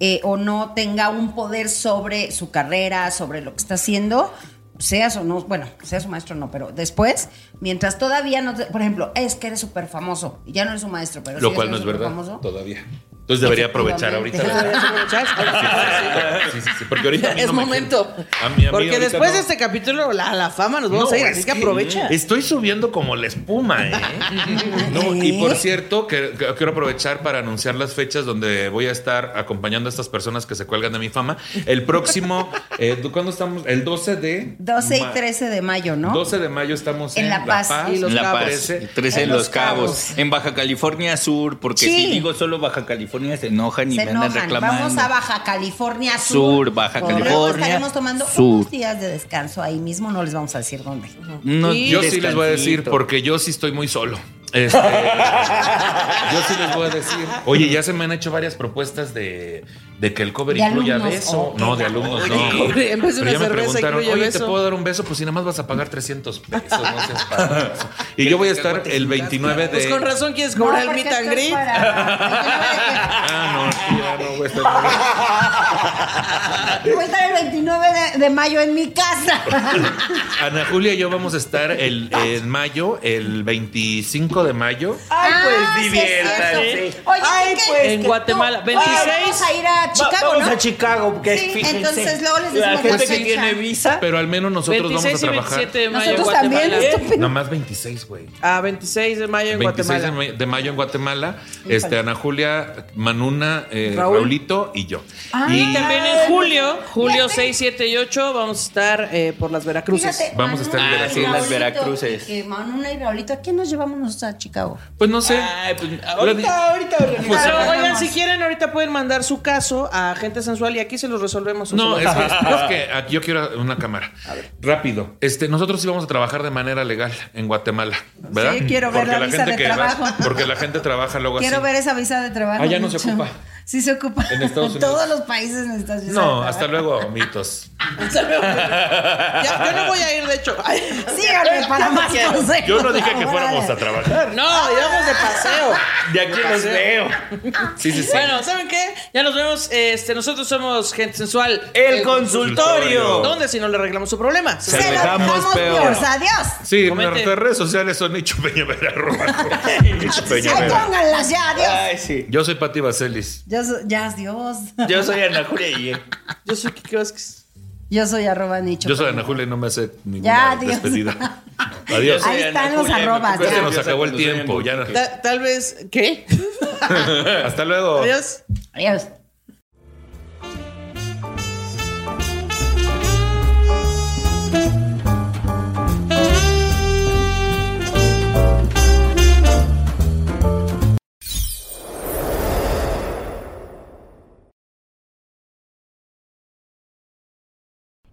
Speaker 4: eh, o no tenga un poder sobre su carrera, sobre lo que está haciendo, seas o no, bueno, seas un maestro no, pero después, mientras todavía no, te- por ejemplo, es que eres súper famoso, ya no eres un maestro, pero
Speaker 2: lo
Speaker 4: sigues
Speaker 2: cual no
Speaker 4: siendo
Speaker 2: es verdad
Speaker 4: superfamoso.
Speaker 2: todavía. Entonces debería aprovechar ahorita.
Speaker 4: Efectivamente.
Speaker 2: ¿verdad?
Speaker 5: Ah,
Speaker 2: Sí,
Speaker 5: sí.
Speaker 2: sí, sí, porque ahorita a mí
Speaker 5: Es
Speaker 2: no me-
Speaker 5: momento.
Speaker 2: a mí- a mí
Speaker 5: Porque
Speaker 2: ahorita
Speaker 5: después
Speaker 2: no.
Speaker 5: de este capítulo, la, la fama nos vamos
Speaker 2: No,
Speaker 5: a ir,
Speaker 2: es
Speaker 5: así que aprovecha.
Speaker 2: Estoy subiendo como la espuma, ¿eh? No, y por cierto, que, que- quiero aprovechar para anunciar las fechas donde voy a estar acompañando a estas personas que se cuelgan de mi fama. El próximo, eh, ¿cuándo estamos? El 12 de...
Speaker 4: 12 y
Speaker 2: ma-
Speaker 4: 13 de mayo, ¿no?
Speaker 2: 12 de mayo estamos en,
Speaker 4: En La Paz.
Speaker 5: Y los
Speaker 3: en La
Speaker 5: Cabos.
Speaker 3: Paz,
Speaker 2: Trece.
Speaker 3: 13 en Los Cabos, en Baja California Sur, porque
Speaker 4: Sí.
Speaker 3: si digo solo Baja California se enojan y
Speaker 4: Se
Speaker 3: me andan
Speaker 4: enojan.
Speaker 3: reclamando.
Speaker 4: Vamos a Baja California Sur.
Speaker 3: Sur, Baja
Speaker 4: Luego
Speaker 3: California
Speaker 4: estaremos tomando
Speaker 3: Sur.
Speaker 4: unos días de descanso ahí mismo, no les vamos a decir dónde.
Speaker 3: No,
Speaker 5: Y-
Speaker 2: Yo sí les voy a decir,
Speaker 3: descansito.
Speaker 2: porque yo sí estoy muy solo. Este, yo sí les voy a decir. Oye, ya se me han hecho varias propuestas de, de que el cover
Speaker 4: De
Speaker 2: incluya
Speaker 4: alumnos,
Speaker 2: beso.
Speaker 4: ok.
Speaker 2: no, de alumnos,
Speaker 5: Oye,
Speaker 2: no.
Speaker 5: cobre, en vez de
Speaker 2: Pero ya me
Speaker 5: una cerveza,
Speaker 2: preguntaron,
Speaker 5: incluye
Speaker 2: oye, ¿te
Speaker 5: beso".
Speaker 2: puedo dar un beso? Pues si nada más vas a pagar 300 pesos, no seas payaso. Y yo voy a estar el 29 de...
Speaker 5: Pues con razón quieres cobrar el meet and greet.
Speaker 2: Ah, no, sí, ya no voy a estar...
Speaker 4: Voy a estar el 29 de, de mayo en mi casa.
Speaker 2: Ana Julia y yo vamos a estar el, en mayo, el 25 de mayo.
Speaker 5: Ay,
Speaker 4: Ah,
Speaker 5: pues
Speaker 4: sí es
Speaker 5: diviértanse.
Speaker 4: cierto. ¿eh? Oye,
Speaker 5: Ay,
Speaker 4: ¿qué
Speaker 5: pues,
Speaker 4: crees?
Speaker 5: en
Speaker 4: Que
Speaker 5: Guatemala,
Speaker 4: no.
Speaker 5: 26.
Speaker 4: Oye, vamos a ir a Chicago,
Speaker 8: vamos
Speaker 4: ¿no?
Speaker 8: a Chicago, porque
Speaker 4: Sí,
Speaker 8: fíjense,
Speaker 4: entonces luego les
Speaker 8: la
Speaker 4: decimos
Speaker 8: gente
Speaker 4: la
Speaker 8: que
Speaker 4: fecha.
Speaker 8: tiene visa,
Speaker 2: Pero al menos nosotros vamos a
Speaker 1: 26 y
Speaker 2: trabajar.
Speaker 1: 27 de mayo. en
Speaker 4: Nosotros
Speaker 1: Guatemala.
Speaker 4: también, estúpido.
Speaker 2: Nada más 26, güey.
Speaker 5: A 26 de mayo en
Speaker 2: 26 de
Speaker 5: Guatemala.
Speaker 2: mayo, de mayo en Guatemala, este, Ana Julia, Manuna, eh,
Speaker 5: Raúl.
Speaker 2: Raulito y yo.
Speaker 1: Y también en julio, julio
Speaker 4: Fíjate.
Speaker 1: 6, 7 y 8, vamos a estar.
Speaker 5: eh, por las Veracruces.
Speaker 4: Fíjate,
Speaker 2: Vamos a estar en
Speaker 4: Manuna y
Speaker 2: Veracruz.
Speaker 4: Raulito,
Speaker 3: Las Veracruces.
Speaker 4: Que Manuna y Raulito, ¿a quién nos llevamos nosotros a Chicago?
Speaker 2: Pues no sé.
Speaker 4: Ah,
Speaker 3: Ay, pues,
Speaker 2: Ahora di-
Speaker 3: ahorita, ahorita
Speaker 2: Pues,
Speaker 5: Pero,
Speaker 4: Nada
Speaker 5: oigan,
Speaker 4: más.
Speaker 5: si quieren, ahorita pueden mandar su caso a Gente Sensual y aquí se los resolvemos.
Speaker 2: No,
Speaker 5: Se
Speaker 2: es
Speaker 5: los-
Speaker 2: que, es que aquí yo quiero una cámara. Rápido. Este, nosotros íbamos a trabajar de manera legal en Guatemala, ¿verdad?
Speaker 4: Sí, quiero ver la visa de
Speaker 2: que va-
Speaker 4: trabajo.
Speaker 2: porque la gente trabaja luego
Speaker 4: Quiero
Speaker 2: así.
Speaker 4: ver esa visa de trabajo.
Speaker 2: Ah, ya no
Speaker 4: mucho.
Speaker 2: se ocupa.
Speaker 4: Sí se ocupa.
Speaker 2: En Estados Unidos.
Speaker 4: Todos los países necesitan visa de
Speaker 2: No,
Speaker 4: trabajo.
Speaker 2: hasta luego, mitos.
Speaker 5: Ya, yo no voy a ir, de hecho. Ay,
Speaker 4: Síganme para más consejos.
Speaker 2: Yo no dije que fuéramos a trabajar.
Speaker 5: No, íbamos de paseo.
Speaker 2: De aquí los veo. Sí, sí, sí.
Speaker 1: Bueno, ¿saben qué? Ya nos vemos. Este, nosotros somos gente sensual.
Speaker 3: El consultorio.
Speaker 1: ¿Dónde si no le arreglamos su problema?
Speaker 2: Se lo dejamos peor.
Speaker 4: peor. Adiós.
Speaker 2: Sí,
Speaker 1: Comente.
Speaker 2: nuestras redes sociales son Nicho Peñavera. arroba. Nicho
Speaker 4: Ay,
Speaker 2: Peñavera.
Speaker 4: pónganlas ya, adiós.
Speaker 3: Ay, sí.
Speaker 2: Yo soy Pati Vaselis.
Speaker 4: Yo soy, ya, adiós.
Speaker 3: Yo soy Ana Julia y eh,
Speaker 5: Yo soy Kiki Vázquez.
Speaker 4: Yo soy arroba nicho.
Speaker 2: Yo soy Ana Julia y no me hace
Speaker 4: Ya,
Speaker 2: ninguna
Speaker 4: adiós.
Speaker 2: despedida. Adiós. Pues
Speaker 4: Ahí están los arrobas,
Speaker 2: Ya se
Speaker 4: ya.
Speaker 2: nos acabó el tiempo. Ya.
Speaker 5: Ta- tal vez. ¿Qué?
Speaker 2: Hasta luego.
Speaker 5: Adiós.
Speaker 4: Adiós.